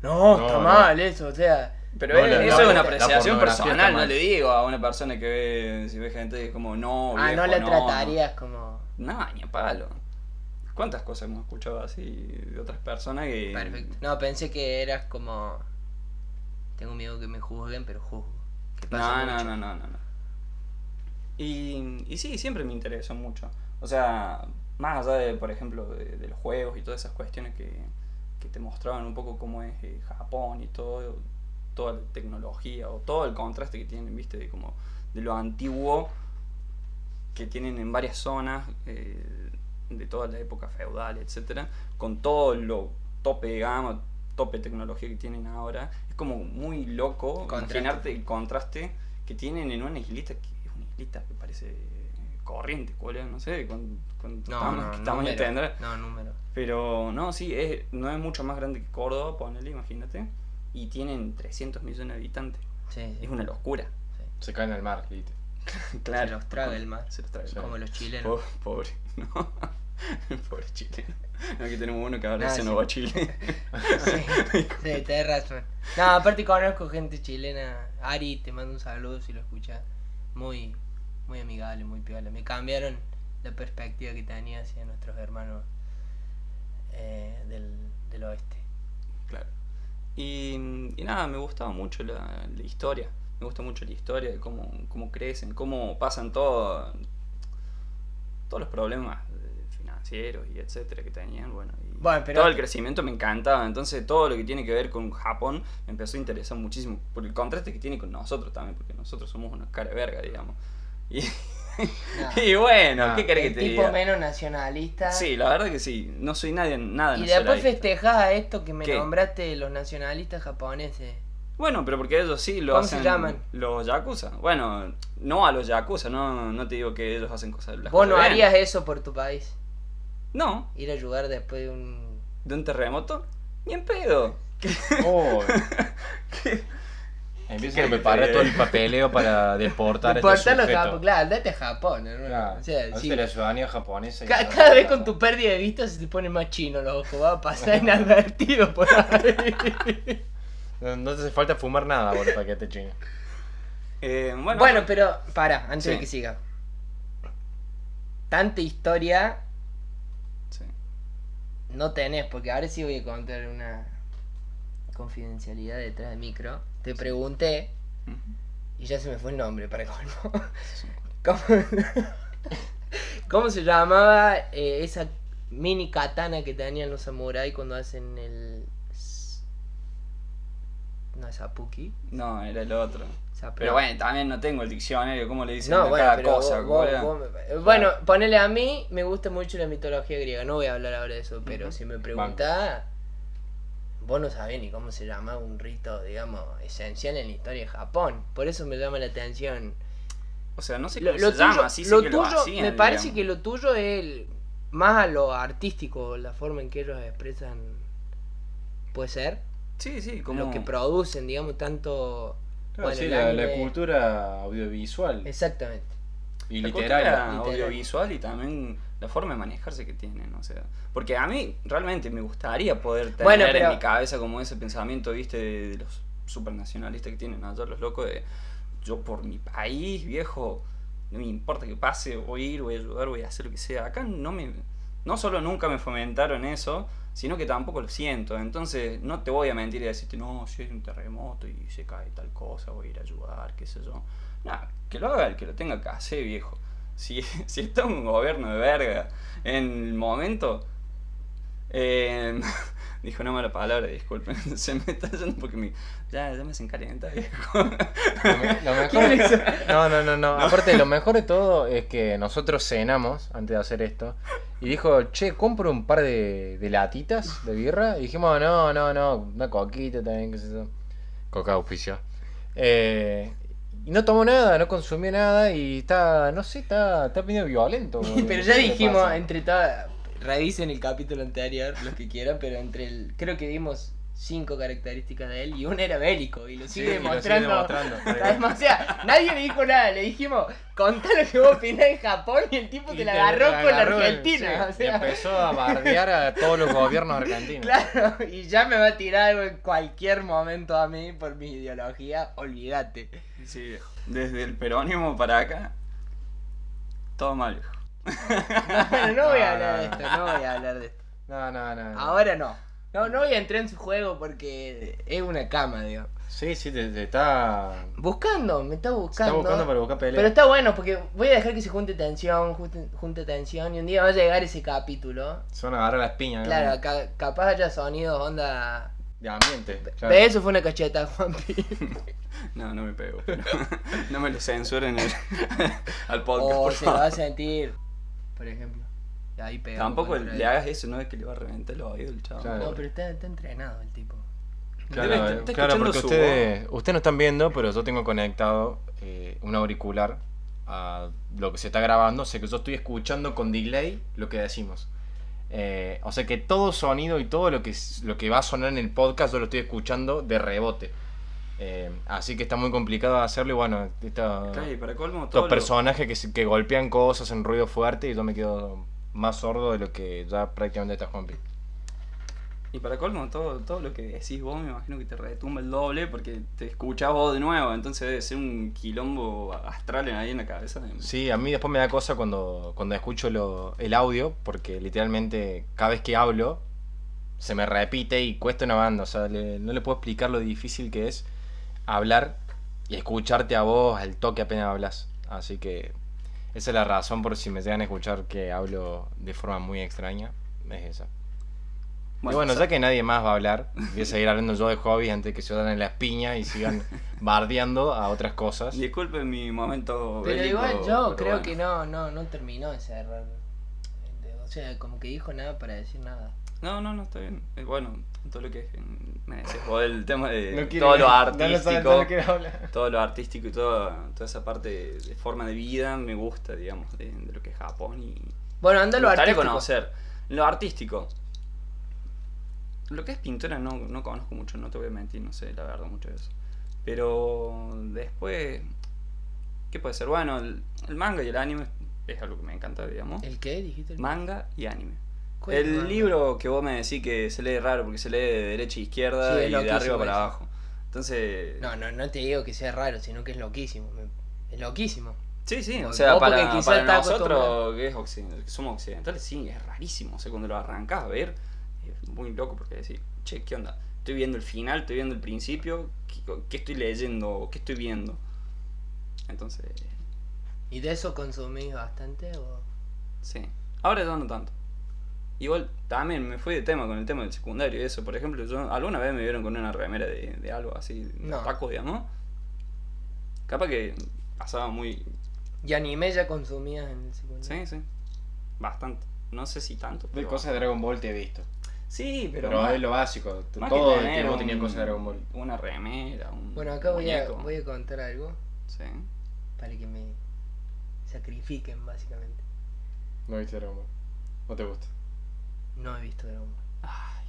Speaker 2: no,
Speaker 1: No,
Speaker 2: está
Speaker 1: no.
Speaker 2: mal eso, o sea.
Speaker 3: Pero
Speaker 1: No,
Speaker 3: eh,
Speaker 1: la-
Speaker 3: eso
Speaker 2: la-
Speaker 3: es una
Speaker 2: la
Speaker 3: apreciación
Speaker 1: pornografía
Speaker 3: personal,
Speaker 1: está
Speaker 3: no
Speaker 1: mal.
Speaker 3: le digo a una persona que ve, si ve gente, es como, no,
Speaker 2: ah,
Speaker 3: viejo,
Speaker 2: no la
Speaker 3: no,
Speaker 2: tratarías como.
Speaker 3: No, ni a palo. ¿Cuántas cosas hemos escuchado así de otras personas que...
Speaker 2: Perfecto. No, pensé que eras como. Tengo miedo que me juzguen, pero juzgo. Que pasa
Speaker 3: No, no,
Speaker 2: mucho.
Speaker 3: no, no, no. no. Y, y sí, siempre me interesó mucho. O sea, más allá de, por ejemplo, de, de los juegos y todas esas cuestiones que, que te mostraban un poco cómo es eh, Japón y todo, toda la tecnología o todo el contraste que tienen, viste, de como de lo antiguo que tienen en varias zonas eh, de toda la época feudal, etcétera, con todo lo tope de gama, tope de tecnología que tienen ahora, es como muy loco
Speaker 2: Contraste.
Speaker 3: imaginarte el contraste que tienen en una islita que es una islita que parece eh, corriente, ¿cuál es? no sé, con, con
Speaker 2: No,
Speaker 3: tamaño-
Speaker 2: no,
Speaker 3: tamaño
Speaker 2: número.
Speaker 3: tendrá.
Speaker 2: No, número.
Speaker 3: Pero no, sí, es, no es mucho más grande que Córdoba, ponele, imagínate, y tienen 300 millones de habitantes.
Speaker 2: Sí, sí,
Speaker 3: Es una locura.
Speaker 2: sí.
Speaker 1: Se caen al mar, lite.
Speaker 2: Se los traga el mar.
Speaker 3: Se los traga el
Speaker 1: Sí.
Speaker 3: mar.
Speaker 2: Como los chilenos.
Speaker 3: Po- Pobre, no. Pobre Chile. No, que tenemos uno que ahora
Speaker 2: Nada,
Speaker 3: se
Speaker 2: sí.
Speaker 3: nos va a Chile.
Speaker 2: Sí, sí, tenés razón. No, aparte conozco gente chilena. Ari, te mando un saludo si lo escuchas. Muy, muy amigable, muy piola. Me cambiaron la perspectiva que tenía hacia nuestros hermanos eh, del, del oeste.
Speaker 3: Claro. Y, y nada, me gustaba mucho la, la historia. Me gusta mucho la historia de cómo, cómo crecen, cómo pasan todo, todos los problemas eh, financieros y etcétera que tenían. Bueno, y
Speaker 2: Bueno, pero-
Speaker 3: todo el crecimiento me encantaba. Entonces, todo lo que tiene que ver con Japón me empezó a interesar muchísimo por el contraste que tiene con nosotros también, porque nosotros somos una cara de verga, digamos. Y,
Speaker 2: Nada.
Speaker 3: y bueno,
Speaker 1: Ah.
Speaker 3: ¿qué querés que
Speaker 2: El
Speaker 3: te
Speaker 2: tipo
Speaker 3: diga?
Speaker 2: menos nacionalista.
Speaker 3: Sí, la verdad que sí. No soy nadie, nada
Speaker 2: Y después
Speaker 3: nacionalista.
Speaker 2: festejas a esto que me
Speaker 3: ¿Qué?
Speaker 2: nombraste de los nacionalistas japoneses.
Speaker 3: Bueno, pero porque ellos sí lo
Speaker 2: ¿Cómo se
Speaker 3: hacen.
Speaker 2: llaman?
Speaker 3: Los yakuza. Bueno, no a los yakuza, no, no te digo que ellos hacen cosas. las
Speaker 2: Vos
Speaker 3: cosas
Speaker 2: no
Speaker 3: bien.
Speaker 2: harías eso por tu país.
Speaker 3: No,
Speaker 2: Ir a ayudar después de un.
Speaker 3: de un terremoto, ni en pedo.
Speaker 1: Oh. Empiezan a preparar todo el papeleo para deportar a este
Speaker 2: Deportarlo a Japón.
Speaker 1: sujeto.
Speaker 2: Claro, andate a Japón. hermano.
Speaker 1: Claro.
Speaker 2: O sea,
Speaker 1: Hazte
Speaker 2: sí.
Speaker 1: la ciudadanía japonesa. y
Speaker 2: Ca-
Speaker 1: ya
Speaker 2: cada
Speaker 1: está.
Speaker 2: vez con tu pérdida de vista se te pone más chino los ojos. Va a pasar inadvertido por ahí.
Speaker 1: No, no te hace falta fumar nada, boludo, para que te chingue.
Speaker 3: Eh, bueno,
Speaker 2: Bueno, pero para, antes de
Speaker 3: Sí.
Speaker 2: que siga. Tanta historia
Speaker 3: sí.
Speaker 2: No tenés, porque ahora sí voy a contar una confidencialidad detrás de micro. Te pregunté
Speaker 3: Ujú.
Speaker 2: y ya se me fue el nombre para colmo.
Speaker 3: Es un culo.
Speaker 2: ¿Cómo, cómo se llamaba eh, esa mini katana que tenían los samuráis cuando hacen el. s- No, sapuki.
Speaker 3: No, era el otro.
Speaker 2: Sap-
Speaker 3: Pero
Speaker 2: no.
Speaker 3: bueno, también no tengo el diccionario, ¿cómo le dicen
Speaker 2: No,
Speaker 3: a
Speaker 2: bueno,
Speaker 3: cada
Speaker 2: pero
Speaker 3: cosa?
Speaker 2: vos-
Speaker 3: boludo?
Speaker 2: vos- vos me- bueno, ponele a mí, me gusta mucho la mitología griega. No voy a hablar ahora de eso, pero
Speaker 3: Ujú.
Speaker 2: si me preguntás, vos no sabés ni cómo se llama un rito, digamos, esencial en la historia de Japón. Por eso me llama la atención.
Speaker 3: O sea, no sé
Speaker 2: Lo,
Speaker 3: cómo
Speaker 2: lo
Speaker 3: se
Speaker 2: tuyo,
Speaker 3: llama, así
Speaker 2: lo
Speaker 3: sé que
Speaker 2: tuyo-
Speaker 3: lo hacían,
Speaker 2: me parece
Speaker 3: digamos.
Speaker 2: que lo tuyo es el- más a lo artístico, la forma en que ellos expresan. Puede ser.
Speaker 3: Sí, sí, como...
Speaker 2: Lo que producen, digamos, tanto.
Speaker 1: Claro,
Speaker 2: bueno,
Speaker 1: sí,
Speaker 2: el
Speaker 1: la, la
Speaker 2: anime-
Speaker 1: cultura audiovisual
Speaker 2: Exactamente.
Speaker 1: y
Speaker 3: La
Speaker 1: literaria.
Speaker 3: cultura
Speaker 2: Literaria.
Speaker 3: audiovisual y también la forma de manejarse que tienen, o sea, porque a mí realmente me gustaría poder tener
Speaker 2: Bueno, pero-
Speaker 3: en mi cabeza como ese pensamiento, viste, de, de los supernacionalistas que tienen allá los locos de yo por mi país, viejo, no me importa que pase, voy a ir, voy a ayudar, voy a hacer lo que sea. Acá no me no solo nunca me fomentaron eso, sino que tampoco lo siento. Entonces, no te voy a mentir y decirte, no, si hay un terremoto y se cae tal cosa, voy a ir a ayudar, qué sé yo. Nada, que lo haga el que lo tenga que hacer, viejo. Si, si está un gobierno de verga en el momento. eh, dijo una mala palabra, disculpen. Se me está yendo porque me. Ya, ya me hacen calentar, viejo.
Speaker 1: Lo me- lo mejor- No, no, no, no. Aparte, lo mejor de todo es que nosotros cenamos antes de hacer esto. Y dijo, che, compro un par de, de latitas de birra. Y dijimos, no, no, no, una coquita también, qué sé yo. Coca auspicio. Eh, y no tomó nada, no consumió nada y está, no sé, está, está medio violento. boludo.
Speaker 2: Pero
Speaker 1: No
Speaker 2: ya
Speaker 1: sé qué le
Speaker 2: dijimos,
Speaker 1: pasa.
Speaker 2: entre todas, Revisen el capítulo anterior, los que quieran, pero entre el. Creo que vimos cinco características de él y una era bélico y lo
Speaker 1: Sí,
Speaker 2: sigue
Speaker 1: y lo sigue
Speaker 2: demostrando.
Speaker 1: demostrando.
Speaker 2: Además, o sea, nadie le dijo nada, le dijimos, contá lo que vos opinás en Japón y el tipo
Speaker 1: Y
Speaker 2: te la
Speaker 1: te
Speaker 2: agarró con la
Speaker 1: agarró,
Speaker 2: Argentina.
Speaker 1: sí,
Speaker 2: o
Speaker 1: y
Speaker 2: sea,
Speaker 1: empezó a bardear a todos los gobiernos argentinos.
Speaker 2: claro, y ya me va a tirar algo en cualquier momento a mí por mi ideología, olvídate.
Speaker 3: Sí, viejo. Desde el perónimo para acá, todo mal, viejo.
Speaker 2: No, no voy
Speaker 1: No,
Speaker 2: a hablar de
Speaker 1: no, no.
Speaker 2: esto, no voy a hablar de esto.
Speaker 1: No, no, no. no.
Speaker 2: Ahora no. No, no voy a entrar en su juego porque es una cama, digo.
Speaker 1: Sí, sí, te, te está.
Speaker 2: Buscando, me está
Speaker 1: se está
Speaker 2: buscando.
Speaker 1: buscando para buscar pelea.
Speaker 2: Pero está bueno porque voy a dejar que se junte tensión, junte, junte tensión y un día va a llegar ese capítulo.
Speaker 1: Se van a agarrar las piñas.
Speaker 2: Claro,
Speaker 3: Ah.
Speaker 1: digamos,
Speaker 2: ca- capaz haya sonidos, onda...
Speaker 1: De ambiente. claro.
Speaker 2: Pero eso fue una cacheta, Juanpi.
Speaker 3: No, no me pego. pero no me lo censuren el- al podcast,
Speaker 2: o
Speaker 3: por
Speaker 2: se va
Speaker 3: favor.
Speaker 2: a sentir, por ejemplo. Y Ahí pegado
Speaker 3: Tampoco
Speaker 2: contra
Speaker 3: le
Speaker 2: el-
Speaker 3: hagas eso, no es que le va a reventar los oídos el chavo.
Speaker 1: Claro.
Speaker 2: No, pero está, está entrenado el tipo.
Speaker 1: Claro,
Speaker 3: Debe-
Speaker 1: eh,
Speaker 3: está
Speaker 1: claro,
Speaker 3: escuchando
Speaker 1: porque
Speaker 3: su
Speaker 1: ustedes, ustedes no están viendo, pero yo tengo conectado eh, un auricular a lo que se está grabando. O sea que yo estoy escuchando con delay lo que decimos. Eh, o sea que todo sonido y todo lo que, s- lo que va a sonar en el podcast yo lo estoy escuchando de rebote. Eh, así que está muy complicado hacerlo y bueno, esta-
Speaker 3: Claro, y para colmo, todo
Speaker 1: estos
Speaker 3: lo-
Speaker 1: personajes que, se- que golpean cosas en ruido fuerte y yo me quedo más sordo de lo que ya prácticamente está Juanpi.
Speaker 3: Y para colmo, todo, todo lo que decís vos, me imagino que te retumba el doble porque te escuchás vos de nuevo. Entonces debe ser un quilombo astral en- ahí en la cabeza. de-
Speaker 1: Sí, a mí después me da cosa cuando, cuando escucho lo- el audio, porque literalmente cada vez que hablo se me repite y cuesta una banda. O sea, le- no le puedo explicar lo difícil que es hablar y escucharte a vos al toque apenas hablas. Así que esa es la razón por si me llegan a escuchar que hablo de forma muy extraña. Es esa. y bueno,
Speaker 3: sa-
Speaker 1: ya que nadie más va a hablar, voy a seguir hablando yo de hobbies antes de que se dan en las piñas y sigan bardeando a otras cosas.
Speaker 3: Disculpen mi momento.
Speaker 2: Pero
Speaker 3: bélico,
Speaker 2: igual yo
Speaker 3: pero
Speaker 2: creo
Speaker 3: bueno.
Speaker 2: que no, no, no terminó ese error. O sea, como que dijo nada para decir nada.
Speaker 3: No, no, no, está bien. Eh, Bueno, todo lo que es, mm, me decías vos, el tema de
Speaker 1: No quiere-
Speaker 3: todo lo
Speaker 1: no
Speaker 3: artístico.
Speaker 1: sabe- no quiere hablar.
Speaker 3: todo lo artístico y toda, toda esa parte de, de forma de vida me gusta, digamos, de, de lo que es Japón y...
Speaker 2: Bueno, anda
Speaker 3: Me
Speaker 2: lo
Speaker 3: gustaría
Speaker 2: artístico.
Speaker 3: conocer. Lo artístico. Lo que es pintura no, no conozco mucho, no te voy a mentir, no sé la verdad mucho de eso. Pero después, ¿qué puede ser? Bueno, el, el manga y el anime es algo que me encanta, digamos.
Speaker 2: ¿El qué? ¿Dijiste? El...
Speaker 3: Manga y anime.
Speaker 2: ¿Cuál es
Speaker 3: El
Speaker 2: manga?
Speaker 3: libro que vos me decís que se lee raro porque se lee de derecha a izquierda
Speaker 2: Sí, es
Speaker 3: y de
Speaker 2: loquísimo
Speaker 3: arriba para
Speaker 2: eso.
Speaker 3: abajo. Entonces,
Speaker 2: No, no, no te digo que sea raro, sino que es loquísimo. me- Es loquísimo.
Speaker 3: Sí, sí, o
Speaker 2: Porque
Speaker 3: sea,
Speaker 2: vos porque
Speaker 3: para,
Speaker 2: quizás
Speaker 3: para
Speaker 2: estás
Speaker 3: nosotros
Speaker 2: acostumbrado.
Speaker 3: que, es occident- que somos occidentales, sí, es rarísimo. O sea, cuando lo arrancás a ver, es muy loco porque decís, che, ¿qué onda? Estoy viendo el final, estoy viendo el principio, ¿qué, qué estoy leyendo? ¿Qué estoy viendo? Entonces,
Speaker 2: ¿Y de eso consumís bastante? O...
Speaker 3: sí. Ahora ya no tanto. Igual también me fui de tema con el tema del secundario y eso. Por ejemplo, yo alguna vez me vieron con una remera de, de algo así, de
Speaker 2: No.
Speaker 3: otaku, digamos. Capaz que pasaba muy
Speaker 2: ¿Y anime ya consumías en el secundario?
Speaker 3: Sí, sí. Bastante. No sé si tanto.
Speaker 1: De
Speaker 3: pero-
Speaker 1: cosas de Dragon Ball te he visto.
Speaker 3: Sí, pero.
Speaker 1: Pero,
Speaker 3: más-
Speaker 1: es lo básico.
Speaker 3: más
Speaker 1: Todo
Speaker 3: que
Speaker 1: el
Speaker 3: tener
Speaker 1: tiempo tenía
Speaker 3: un-
Speaker 1: cosas de Dragon Ball.
Speaker 3: Una remera, un.
Speaker 2: Bueno, acá voy a,
Speaker 3: muñeco.
Speaker 2: voy a contar algo
Speaker 3: Sí.
Speaker 2: para que me sacrifiquen, básicamente.
Speaker 1: No viste Dragon Ball. No te gusta.
Speaker 2: No he visto Dragon Ball.
Speaker 3: Ay,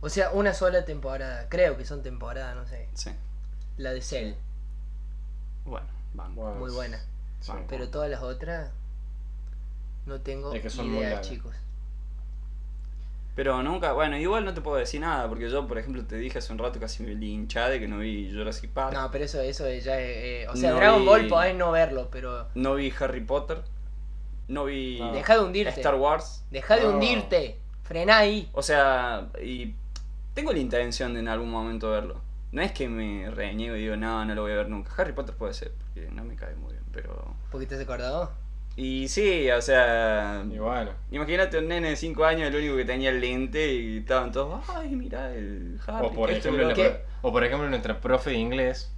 Speaker 2: O sea, una sola temporada. Creo que son temporadas, no sé.
Speaker 3: sí.
Speaker 2: La de Cell,
Speaker 3: Bueno, vamos.
Speaker 1: Bueno,
Speaker 2: muy buena.
Speaker 1: sí.
Speaker 3: Vamos.
Speaker 2: Pero todas las otras no tengo
Speaker 1: Es que son muy
Speaker 2: idea,
Speaker 1: largas.
Speaker 2: chicos.
Speaker 3: Pero nunca. Bueno, igual no te puedo decir nada, porque yo, por ejemplo, te dije hace un rato casi me linchá de que no vi Jurassic Park. No,
Speaker 2: No, pero eso, eso ya es... eh, o sea,
Speaker 3: No
Speaker 2: Dragon
Speaker 3: vi-
Speaker 2: Ball podés no verlo, pero...
Speaker 3: vi Harry Potter. No vi.
Speaker 1: No.
Speaker 2: Deja de hundirte.
Speaker 3: Star Wars.
Speaker 2: Deja de
Speaker 1: No.
Speaker 2: hundirte. Frená ahí.
Speaker 3: O sea, y. Tengo la intención de en algún momento verlo. No es que me reniego y digo, no, no lo voy a ver nunca. Harry Potter puede ser, porque no me cae muy bien, pero.
Speaker 2: Porque te has acordado.
Speaker 3: Y sí, o sea.
Speaker 1: Y bueno.
Speaker 3: Imagínate un nene de 5 años, el único que tenía el lente y estaban todos, ay, mirá el Harry.
Speaker 1: O por,
Speaker 3: que esto,
Speaker 1: ejemplo,
Speaker 3: que
Speaker 1: la-
Speaker 3: lo otro".
Speaker 1: o por ejemplo, nuestra profe de inglés.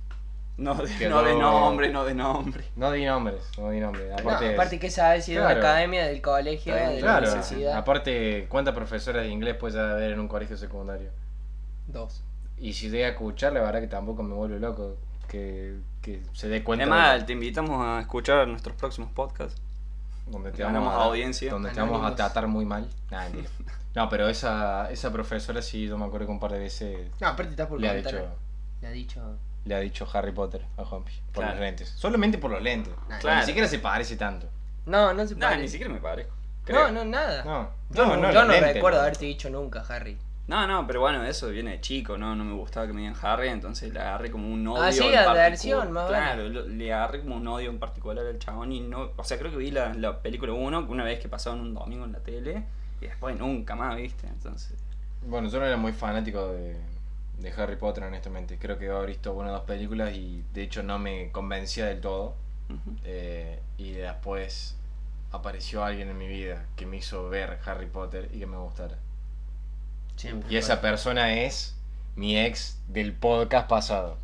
Speaker 3: No, de,
Speaker 1: que
Speaker 3: no de
Speaker 1: no-
Speaker 3: nombre, no de nombre.
Speaker 1: No di nombres, no di nombres.
Speaker 2: No,
Speaker 1: Aparte,
Speaker 2: aparte que sabes si de
Speaker 1: Claro.
Speaker 2: una academia, del colegio,
Speaker 3: Está
Speaker 2: de
Speaker 3: bien,
Speaker 2: la
Speaker 1: claro,
Speaker 2: universidad.
Speaker 1: aparte, ¿cuántas profesoras de inglés puedes haber en un colegio secundario?
Speaker 2: Dos.
Speaker 1: Y si llega a escuchar, la verdad que tampoco me vuelve loco que, que se dé cuenta. de-
Speaker 3: Es más, te invitamos a escuchar nuestros próximos podcasts.
Speaker 1: donde te
Speaker 3: Ganamos
Speaker 1: vamos a,
Speaker 3: audiencia.
Speaker 1: Donde te vamos a
Speaker 2: Anónimos.
Speaker 1: tratar muy mal. Nah, mentira. No, pero esa, esa profesora sí, yo me acuerdo que un par de veces
Speaker 2: No, aparte estás por
Speaker 1: le ha,
Speaker 2: contar.
Speaker 1: dicho,
Speaker 2: Le ha dicho.
Speaker 1: le ha dicho Harry Potter a Juanpi. Por
Speaker 3: Claro.
Speaker 1: los lentes. Solamente por los lentes.
Speaker 2: Nah,
Speaker 3: Claro.
Speaker 1: Ni siquiera se parece tanto.
Speaker 2: No, no se
Speaker 3: No,
Speaker 2: parece.
Speaker 3: ni siquiera me parezco.
Speaker 2: No,
Speaker 3: creo.
Speaker 2: no, nada.
Speaker 3: Ah.
Speaker 1: No,
Speaker 2: Yo no, yo
Speaker 1: los
Speaker 2: no
Speaker 1: lentes,
Speaker 2: recuerdo
Speaker 1: los
Speaker 2: haberte
Speaker 1: lentes.
Speaker 2: dicho nunca, Harry.
Speaker 3: No, no, pero bueno, eso viene de chico, no, no me gustaba que me digan Harry, entonces le agarré como un odio.
Speaker 2: Ah, sí,
Speaker 3: en
Speaker 2: aversión,
Speaker 3: particu-
Speaker 2: más vale.
Speaker 3: Claro, lo- le agarré como un odio en particular al chabón y no. O sea, creo que vi la, la película 1 una vez que pasaban un domingo en la tele y después nunca más, ¿viste? Entonces.
Speaker 1: Bueno, yo no era muy fanático de, de Harry Potter, honestamente. Creo que he visto una o dos películas y de hecho no me convencía del todo.
Speaker 3: ujú.
Speaker 1: Eh, y después apareció alguien en mi vida que me hizo ver Harry Potter y que me gustara.
Speaker 2: Siempre.
Speaker 1: Y esa persona es mi ex del podcast pasado.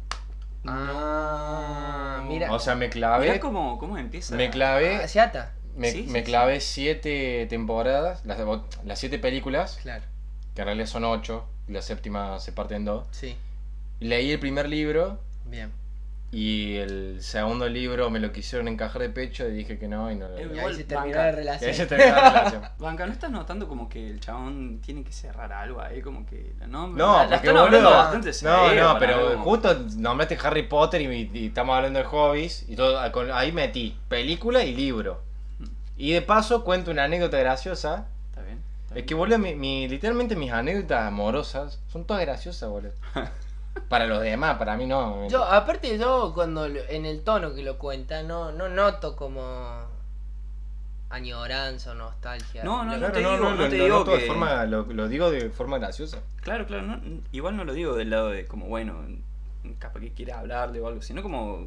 Speaker 2: Ah, mira.
Speaker 1: O sea, me
Speaker 3: Mirá
Speaker 1: clavé.
Speaker 3: cómo, cómo empieza.
Speaker 1: Me clavé.
Speaker 2: Ah, se ata.
Speaker 1: Me,
Speaker 3: Sí, sí,
Speaker 1: me
Speaker 3: sí.
Speaker 1: clavé siete temporadas, las, las siete películas,
Speaker 2: Claro,
Speaker 1: que en realidad son ocho, y la séptima se parte en dos.
Speaker 2: sí.
Speaker 1: Leí el primer libro
Speaker 2: Bien.
Speaker 1: y el segundo libro me lo quisieron encajar de pecho y dije que no y no lo
Speaker 3: Eh,
Speaker 2: Y
Speaker 1: leí.
Speaker 2: ahí
Speaker 3: Igual
Speaker 2: se terminó
Speaker 3: banca.
Speaker 1: Y
Speaker 2: la
Speaker 1: ahí
Speaker 2: relación.
Speaker 1: se terminó la relación.
Speaker 3: Banca, ¿no estás notando como que el chabón tiene que cerrar algo ahí? Como que. No,
Speaker 1: No,
Speaker 3: la, la
Speaker 1: porque
Speaker 3: están hablando
Speaker 1: boludo,
Speaker 3: bastante
Speaker 1: No,
Speaker 3: serio,
Speaker 1: no,
Speaker 3: para
Speaker 1: pero
Speaker 3: algo.
Speaker 1: justo nombraste Harry Potter y, y estamos hablando de hobbies. Y todo, ah, con- ahí metí película y libro. Y de paso cuento una anécdota graciosa.
Speaker 3: Está bien. está
Speaker 1: Es
Speaker 3: bien.
Speaker 1: que, boludo, mi, mi- literalmente mis anécdotas amorosas son todas graciosas, boludo. Para los demás, para mí no.
Speaker 2: Yo, aparte yo cuando lo- en el tono que lo cuenta, no, no noto como añoranza o nostalgia.
Speaker 3: No, no,
Speaker 2: Lo-
Speaker 3: no.
Speaker 1: Claro,
Speaker 3: te digo-
Speaker 1: lo,
Speaker 3: te
Speaker 1: lo
Speaker 3: digo
Speaker 1: noto de
Speaker 3: que-
Speaker 1: forma- lo- lo digo de forma graciosa.
Speaker 3: Claro, claro, no- igual no lo digo del lado de como, bueno, capaz que quiera hablarle o algo, sino como,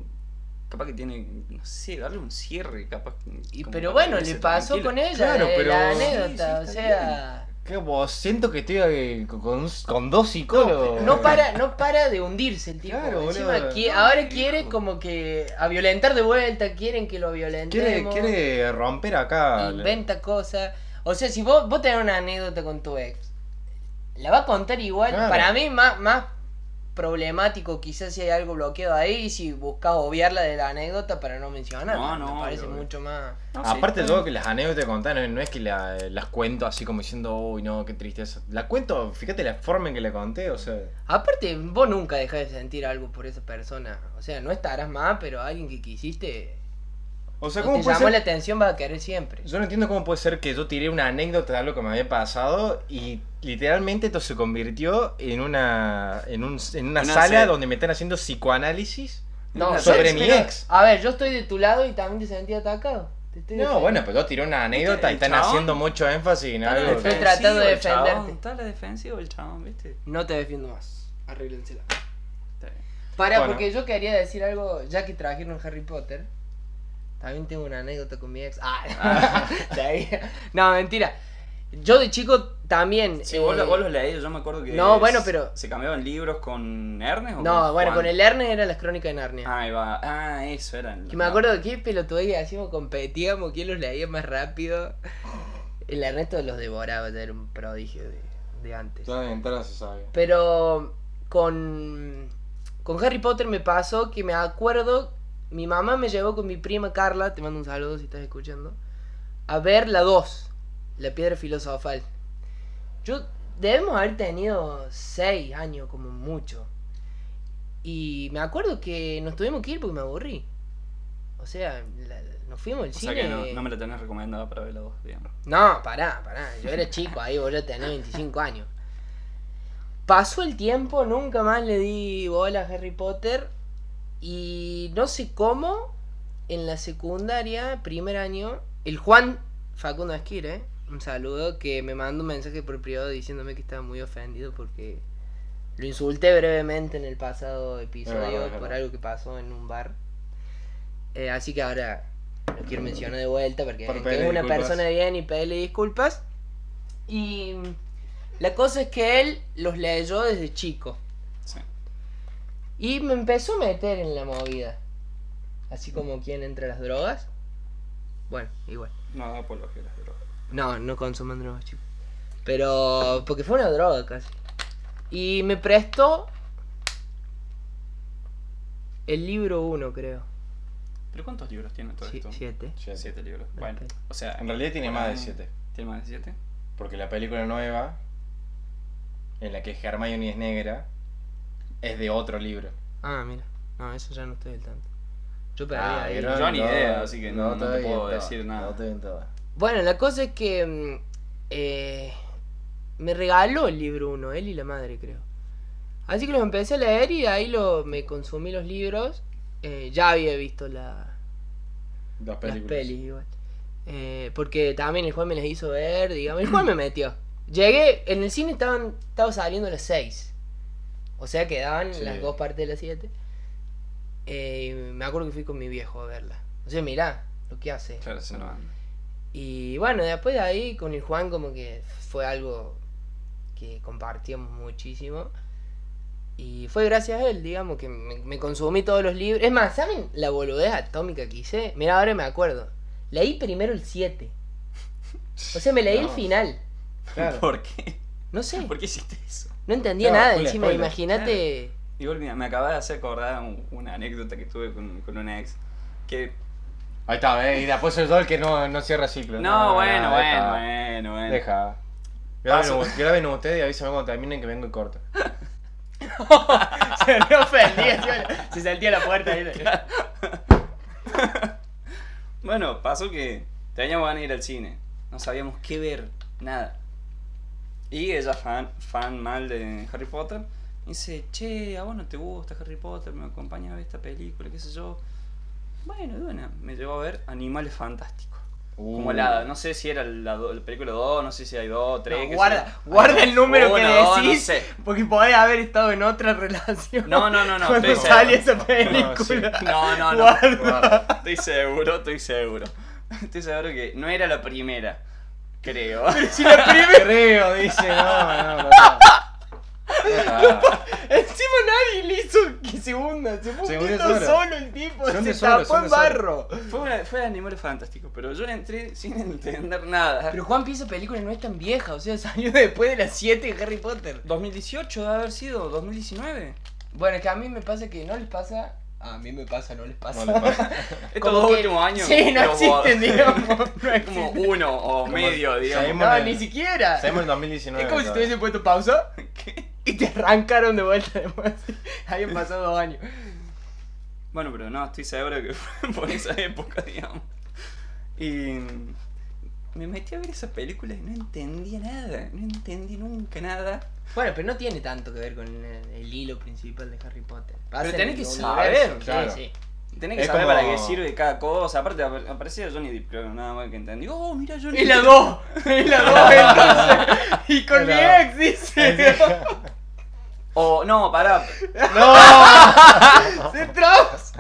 Speaker 3: capaz que tiene, no sé, darle un cierre, capaz. que-
Speaker 2: Y,
Speaker 3: como
Speaker 2: pero
Speaker 3: para
Speaker 2: bueno,
Speaker 3: irse
Speaker 2: le pasó
Speaker 3: tranquilo.
Speaker 2: con ella
Speaker 1: Claro,
Speaker 2: eh,
Speaker 1: pero-
Speaker 2: la
Speaker 1: Sí,
Speaker 2: anécdota,
Speaker 3: sí,
Speaker 2: o
Speaker 3: está
Speaker 2: sea,
Speaker 1: ¿Qué vos? Siento que estoy eh, con, con- con dos psicólogos.
Speaker 2: no para, no para de hundirse el tipo.
Speaker 1: Claro,
Speaker 2: Encima
Speaker 1: boludo.
Speaker 2: qui-
Speaker 3: No,
Speaker 2: ahora
Speaker 3: hijo.
Speaker 2: quiere como que a violentar de vuelta, quieren que lo
Speaker 1: Quiere,
Speaker 2: violentemos.
Speaker 1: quiere romper acá.
Speaker 2: inventa cosas. O sea, si vos, vos tenés una anécdota con tu ex, la va a contar igual.
Speaker 1: Claro.
Speaker 2: Para mí, más, más problemático, quizás si hay algo bloqueado ahí, si buscas obviarla de la anécdota para no mencionarla.
Speaker 3: No, no,
Speaker 2: Me parece
Speaker 3: obvio.
Speaker 2: mucho más.
Speaker 3: No, sí,
Speaker 1: Aparte
Speaker 3: está
Speaker 1: yo
Speaker 3: bien.
Speaker 1: que las anécdotas que contás no, no es que la- las cuento así como diciendo, uy no, qué tristeza. La cuento, fíjate la forma en que la conté, o sea.
Speaker 2: Aparte, vos nunca dejás de sentir algo por esa persona. O sea, no estarás más, pero alguien que quisiste.
Speaker 1: O sea,
Speaker 2: o te
Speaker 1: ¿cómo puede
Speaker 2: llamó la
Speaker 1: ser?
Speaker 2: atención, vas a querer siempre.
Speaker 1: Yo no entiendo cómo puede ser que yo tiré una anécdota de algo que me había pasado y literalmente esto se convirtió en una en, un- en una
Speaker 3: Una
Speaker 1: sala
Speaker 3: se-
Speaker 1: donde me están haciendo psicoanálisis.
Speaker 2: No,
Speaker 1: sobre
Speaker 2: yo-
Speaker 1: mi
Speaker 2: pero-
Speaker 1: ex.
Speaker 2: A ver, yo estoy de tu lado y también te sentí atacado. Te estoy
Speaker 1: No,
Speaker 2: defendiendo.
Speaker 1: bueno, pero yo tiré una anécdota y
Speaker 3: el
Speaker 1: están
Speaker 3: chabón-
Speaker 1: haciendo mucho énfasis en
Speaker 3: Está a la
Speaker 1: algo.
Speaker 2: Estoy
Speaker 1: que-
Speaker 3: defensiva
Speaker 2: tratando de
Speaker 3: el chabón,
Speaker 2: defenderte.
Speaker 3: Está a la defensiva el chabón, ¿viste?
Speaker 2: No te defiendo más. Arréglensela.
Speaker 3: Está bien.
Speaker 2: Para,
Speaker 1: Bueno.
Speaker 2: porque yo quería decir algo, ya que trajeron Harry Potter. También tengo una anécdota con mi ex. Ah, sabía. no, mentira. Yo de chico también.
Speaker 3: Sí,
Speaker 2: eh,
Speaker 3: vos, lo- vos los leí, yo me acuerdo que.
Speaker 2: No,
Speaker 3: es-
Speaker 2: bueno, pero-
Speaker 3: ¿Se cambiaban libros con Ernest o
Speaker 2: No, bueno,
Speaker 3: Juan?
Speaker 2: con el Ernest eran las crónicas de Narnia.
Speaker 3: Ahí va. Ah, eso eran.
Speaker 2: que me acuerdo de qué pelotudez hacíamos, competíamos, quién los leía más rápido. El Ernesto los devoraba, ya era un prodigio de, de antes.
Speaker 1: Está bien, ahora se sabe.
Speaker 2: Pero con, con Harry Potter me pasó que me acuerdo, mi mamá me llevó con mi prima Carla, te mando un saludo si estás escuchando, a ver la 2, la piedra filosofal. Yo debemos haber tenido 6 años como mucho. Y me acuerdo que nos tuvimos que ir porque me aburrí. O sea, la- nos fuimos al
Speaker 3: O
Speaker 2: cine.
Speaker 3: sea que no, no me lo tenés recomendado para ver la 2, digamos.
Speaker 2: No, pará, pará. Yo era chico ahí, boludo, tenía 25 años. Pasó el tiempo, nunca más le di bola a Harry Potter. Y no sé cómo, en la secundaria, primer año, el Juan Facundo Esquire, un saludo, que me mandó un mensaje por privado diciéndome que estaba muy ofendido porque lo insulté brevemente en el pasado
Speaker 1: Es
Speaker 2: episodio
Speaker 1: verdad, es
Speaker 2: por
Speaker 1: verdad.
Speaker 2: algo que pasó en un bar. Eh, así que ahora lo quiero mencionar de vuelta porque
Speaker 1: Para
Speaker 2: que
Speaker 1: pedirle
Speaker 2: es una
Speaker 1: disculpas.
Speaker 2: persona de bien y pedirle disculpas. Y la cosa es que él los leyó desde chico.
Speaker 3: Sí.
Speaker 2: Y me empezó a meter en la movida. Así como quien entra a las drogas. Bueno, igual.
Speaker 3: No, da apología a las drogas.
Speaker 2: No, no consuman drogas, chicos. Pero. porque fue una droga casi. Y me prestó. El libro 1, creo.
Speaker 3: ¿Pero cuántos libros tiene todo
Speaker 2: Sí,
Speaker 3: esto?
Speaker 2: siete.
Speaker 1: Siete.
Speaker 3: Siete libros.
Speaker 2: Perfecto.
Speaker 3: Bueno, o sea.
Speaker 1: En realidad tiene
Speaker 3: por
Speaker 1: más de
Speaker 3: ahí-
Speaker 1: siete.
Speaker 3: ¿Tiene más de siete?
Speaker 1: Porque la película nueva, en la que Hermione es negra, es de otro libro.
Speaker 2: Ah, mira. No, eso ya no estoy del tanto. Yo perdí
Speaker 1: Ah,
Speaker 2: ahí.
Speaker 1: vieron,
Speaker 3: Yo ni
Speaker 1: no,
Speaker 3: idea, así que no- no te
Speaker 1: estoy bien
Speaker 3: puedo
Speaker 1: todo,
Speaker 3: decir nada.
Speaker 1: No estoy bien todo.
Speaker 2: Bueno, la cosa es que mm, eh, me regaló el libro uno, él y la madre, creo. Así que lo empecé a leer y de ahí lo, me consumí los libros. Eh, ya había visto la,
Speaker 1: Dos
Speaker 2: las
Speaker 1: películas.
Speaker 2: pelis igual. Eh, porque también el Juan me las hizo ver, digamos. El Juan me metió. Llegué, en el cine estaban estaba saliendo las 6. O sea, quedaban
Speaker 1: Sí.
Speaker 2: las dos partes de las 7. Eh, me acuerdo que fui con mi viejo a verla. O sea, mirá lo que hace.
Speaker 3: Claro, se no anda.
Speaker 2: Y bueno, después de ahí con el Juan como que fue algo que compartíamos muchísimo. Y fue gracias a él, digamos, que me, me consumí todos los libros. Es más, ¿saben la boludez atómica que hice? Mira, ahora me acuerdo. Leí primero el 7. O sea, me leí el
Speaker 1: No.
Speaker 2: final.
Speaker 1: Claro.
Speaker 3: ¿Por qué?
Speaker 2: No sé,
Speaker 3: ¿Por qué hiciste eso?
Speaker 2: no entendía
Speaker 1: No,
Speaker 2: nada.
Speaker 1: full
Speaker 2: Encima,
Speaker 1: spoiler,
Speaker 2: imagínate...
Speaker 3: Igual mira, me acabas de hacer acordar un- una anécdota que tuve con, con una ex. Que.
Speaker 1: Ahí está, ¿ves? Y después el Dol que no, no cierra ciclo.
Speaker 3: No,
Speaker 1: Nah,
Speaker 3: bueno, bueno,
Speaker 1: deja,
Speaker 3: bueno, bueno.
Speaker 1: Deja.
Speaker 3: Paso.
Speaker 1: Graben, graben ustedes y avísame cuando terminen que vengo y corto.
Speaker 2: se me ofendía, se- se saltía la puerta.
Speaker 3: Bueno, pasó que teníamos ganas de ir al cine. No sabíamos qué ver, nada. Y ella, fan, fan mal de Harry Potter, me dice, che, a vos no te gusta Harry Potter, me acompaña a ver esta película, qué sé yo. Bueno, de buena, me llevó a ver Animales Fantásticos.
Speaker 1: Uh.
Speaker 3: Como la, no sé si era la, do- la película 2, no sé si hay 2, 3.
Speaker 2: No, guarda, guarda el número que
Speaker 3: No,
Speaker 2: decís.
Speaker 3: sé.
Speaker 2: Porque podés haber estado en otra relación.
Speaker 3: no, no, no. no
Speaker 2: cuando
Speaker 3: estoy
Speaker 2: sale
Speaker 3: seguro.
Speaker 2: esa película.
Speaker 3: No, no, no.
Speaker 2: Guarda.
Speaker 1: Guarda.
Speaker 3: Estoy seguro, estoy seguro. Estoy seguro que no era la primera, creo.
Speaker 2: Si la primera.
Speaker 1: Creo, dice, no, no, no. no. Deja.
Speaker 2: Encima nadie le hizo que se hunda. Se fue
Speaker 1: Se
Speaker 2: un
Speaker 1: hundió
Speaker 2: poquito
Speaker 1: solo.
Speaker 2: solo el tipo.
Speaker 1: Se hunde
Speaker 2: Se
Speaker 1: solo, se
Speaker 2: tapó en
Speaker 1: hunde solo.
Speaker 2: barro.
Speaker 3: Fue, una- fue de Animales Fantásticos, pero yo entré sin entender nada.
Speaker 2: Pero Juan Pi, esa película no es tan vieja. O sea, salió después de las 7 de Harry Potter.
Speaker 3: 2018 debe haber sido, 2019.
Speaker 2: Bueno, es que a mí me pasa que no les pasa. A mí me pasa, no les pasa.
Speaker 1: No le pasa.
Speaker 3: Estos
Speaker 2: Como
Speaker 3: dos
Speaker 2: que-
Speaker 3: últimos años.
Speaker 2: Sí, no
Speaker 3: pero
Speaker 2: existen,
Speaker 3: vos-
Speaker 2: digamos. No,
Speaker 3: Como
Speaker 2: existen.
Speaker 3: uno o medio, digamos.
Speaker 1: sabemos-
Speaker 2: No, ni siquiera.
Speaker 1: Sabemos el 2019.
Speaker 2: Es como si te
Speaker 1: ¿sabes?
Speaker 2: hubiesen puesto pausa
Speaker 3: ¿Qué?
Speaker 2: y te arrancaron de vuelta después. Habían pasado dos años.
Speaker 3: Bueno, pero no, estoy seguro que fue por esa época, digamos. Y me metí a ver esa película y no entendía nada, no entendí nunca nada.
Speaker 2: Bueno, pero no tiene tanto que ver con el, el hilo principal de Harry Potter.
Speaker 3: Pero
Speaker 2: Pasa
Speaker 3: tenés
Speaker 2: en
Speaker 3: que
Speaker 2: el
Speaker 3: saber,
Speaker 2: universo,
Speaker 1: claro.
Speaker 2: Sí, sí.
Speaker 3: Tenés que
Speaker 1: Es
Speaker 3: saber
Speaker 1: como-
Speaker 3: para qué sirve cada cosa. Aparte ap- aparecía Johnny Depp, creo, nada más que entendí. Oh, mira Johnny
Speaker 2: Y la
Speaker 3: Depp.
Speaker 2: 2, y la 2 entonces. Y con mi
Speaker 1: Era-
Speaker 2: ex, dice.
Speaker 3: O no, pará.
Speaker 1: ¡No!
Speaker 2: Se trabas.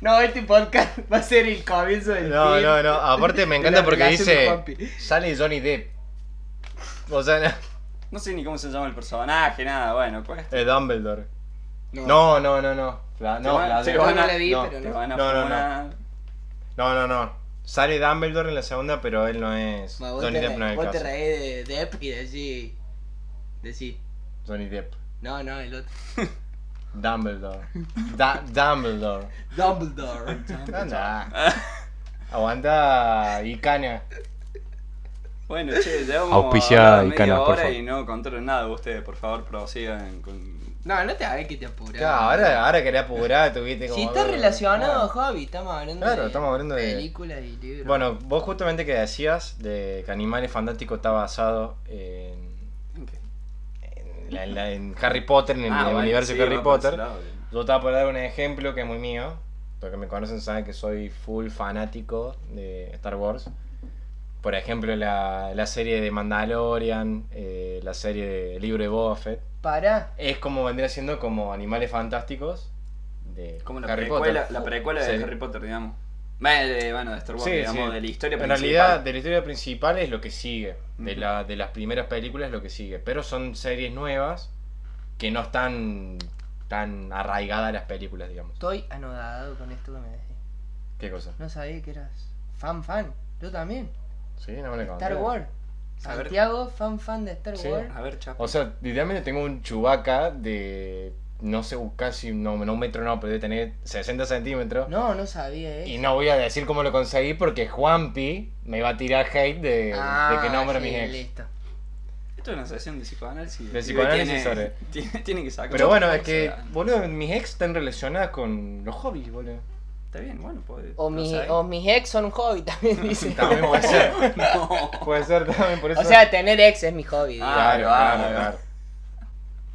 Speaker 2: No, este podcast va a ser el comienzo del
Speaker 1: No,
Speaker 2: fin.
Speaker 1: no, no. Aparte me encanta
Speaker 2: La
Speaker 1: porque
Speaker 2: relación de
Speaker 1: dice.
Speaker 2: Juanpi.
Speaker 1: Sale Johnny Depp. O sea,
Speaker 3: No sé ni cómo se llama el personaje, nada, bueno, pues, ¿cuál
Speaker 1: eh,
Speaker 3: es?
Speaker 1: Dumbledore.
Speaker 2: No.
Speaker 1: No, no, no, no. Fla-
Speaker 3: Te
Speaker 1: no,
Speaker 3: van-
Speaker 1: Fla-
Speaker 3: te
Speaker 2: Yo
Speaker 3: van
Speaker 2: no
Speaker 3: a-
Speaker 2: la vi,
Speaker 1: no,
Speaker 2: pero
Speaker 3: Te
Speaker 2: no.
Speaker 3: van a
Speaker 1: Eh, No, no, no.
Speaker 3: funar.
Speaker 1: No, no, no. Sale Dumbledore en la segunda, pero él no es.
Speaker 2: Ma, vos
Speaker 1: Johnny
Speaker 2: te
Speaker 1: Depp
Speaker 2: re-
Speaker 1: no es el
Speaker 2: Vos te
Speaker 1: caso.
Speaker 2: reís de Depp y decís. Decís.
Speaker 1: Johnny Depp.
Speaker 2: No, no, el otro.
Speaker 1: Dumbledore. Da- Dumbledore.
Speaker 2: Dumbledore.
Speaker 1: Anda. Aguanta y caña.
Speaker 3: Bueno, che, llevamos
Speaker 1: Auspicia
Speaker 3: ahora
Speaker 1: y
Speaker 3: media
Speaker 1: canas, por
Speaker 3: hora
Speaker 1: favor.
Speaker 3: y no contaron nada de ustedes, por favor, prosigan con...
Speaker 2: No, no te hagas que te apuras.
Speaker 1: Ya, ahora, ahora quería apurar, tuviste como.
Speaker 2: Si está relacionado, Javi, estamos hablando
Speaker 1: Claro,
Speaker 2: de
Speaker 1: estamos hablando de-
Speaker 2: películas y libros.
Speaker 1: Bueno, vos justamente que decías de que Animales Fantásticos está basado en,
Speaker 3: ¿En qué?
Speaker 1: en la- en la- en Harry Potter, en el
Speaker 3: Ah, bueno,
Speaker 1: universo
Speaker 3: sí,
Speaker 1: de Harry
Speaker 3: va por ese
Speaker 1: Potter.
Speaker 3: lado.
Speaker 1: Yo estaba por dar un ejemplo que es muy mío. Los que me conocen saben que soy full fanático de Star Wars. Por ejemplo, la, la serie de Mandalorian, eh, la serie de Libre Boba Fett.
Speaker 2: Para.
Speaker 1: Es como vendría siendo como Animales Fantásticos de
Speaker 3: Como la
Speaker 1: Harry
Speaker 3: precuela,
Speaker 1: Potter.
Speaker 3: la precuela de
Speaker 1: Sí.
Speaker 3: Harry Potter, digamos. Bueno, de, bueno, de Star Wars,
Speaker 1: Sí,
Speaker 3: digamos,
Speaker 1: sí.
Speaker 3: de la historia
Speaker 1: En
Speaker 3: principal.
Speaker 1: realidad, de la historia principal es lo que sigue. De,
Speaker 3: Ujú.
Speaker 1: la, de las primeras películas es lo que sigue. Pero son series nuevas que no están tan arraigadas a las películas, digamos.
Speaker 2: Estoy anodado con esto que me decís.
Speaker 1: ¿Qué cosa?
Speaker 2: No sabía que eras fan fan. Yo también.
Speaker 1: Sí, no me lo
Speaker 2: Star
Speaker 1: conté.
Speaker 2: Wars.
Speaker 3: A ver.
Speaker 2: Santiago, fan fan de Star
Speaker 1: Sí.
Speaker 2: Wars.
Speaker 3: A ver, chapa.
Speaker 1: O sea, literalmente tengo un chubaca de no sé, casi, no, no un metro no, pero debe tener 60 centímetros.
Speaker 2: No, no sabía eso.
Speaker 1: Y no voy a decir cómo lo conseguí porque Juanpi me va a tirar hate de, de que nombro a mis ex.
Speaker 2: Ah, Listo.
Speaker 3: Esto es una sesión de psicoanálisis.
Speaker 1: De
Speaker 3: El pibe
Speaker 1: psicoanálisis
Speaker 3: tiene-
Speaker 1: sobre-
Speaker 3: tiene, tiene que sacar.
Speaker 1: Pero bueno,
Speaker 3: todo,
Speaker 1: es
Speaker 3: o
Speaker 1: que,
Speaker 3: sea,
Speaker 1: boludo, mis ex están relacionadas con los hobbies, boludo.
Speaker 3: Está bien, bueno, puede.
Speaker 2: O,
Speaker 3: no
Speaker 2: mi-
Speaker 3: sé.
Speaker 2: o mis ex son un hobby también, dice.
Speaker 1: También puede ser.
Speaker 3: No.
Speaker 1: Puede ser también, por eso.
Speaker 2: o sea, tener ex es mi hobby. digo.
Speaker 3: Ah.
Speaker 1: claro, claro,
Speaker 3: claro.
Speaker 1: claro,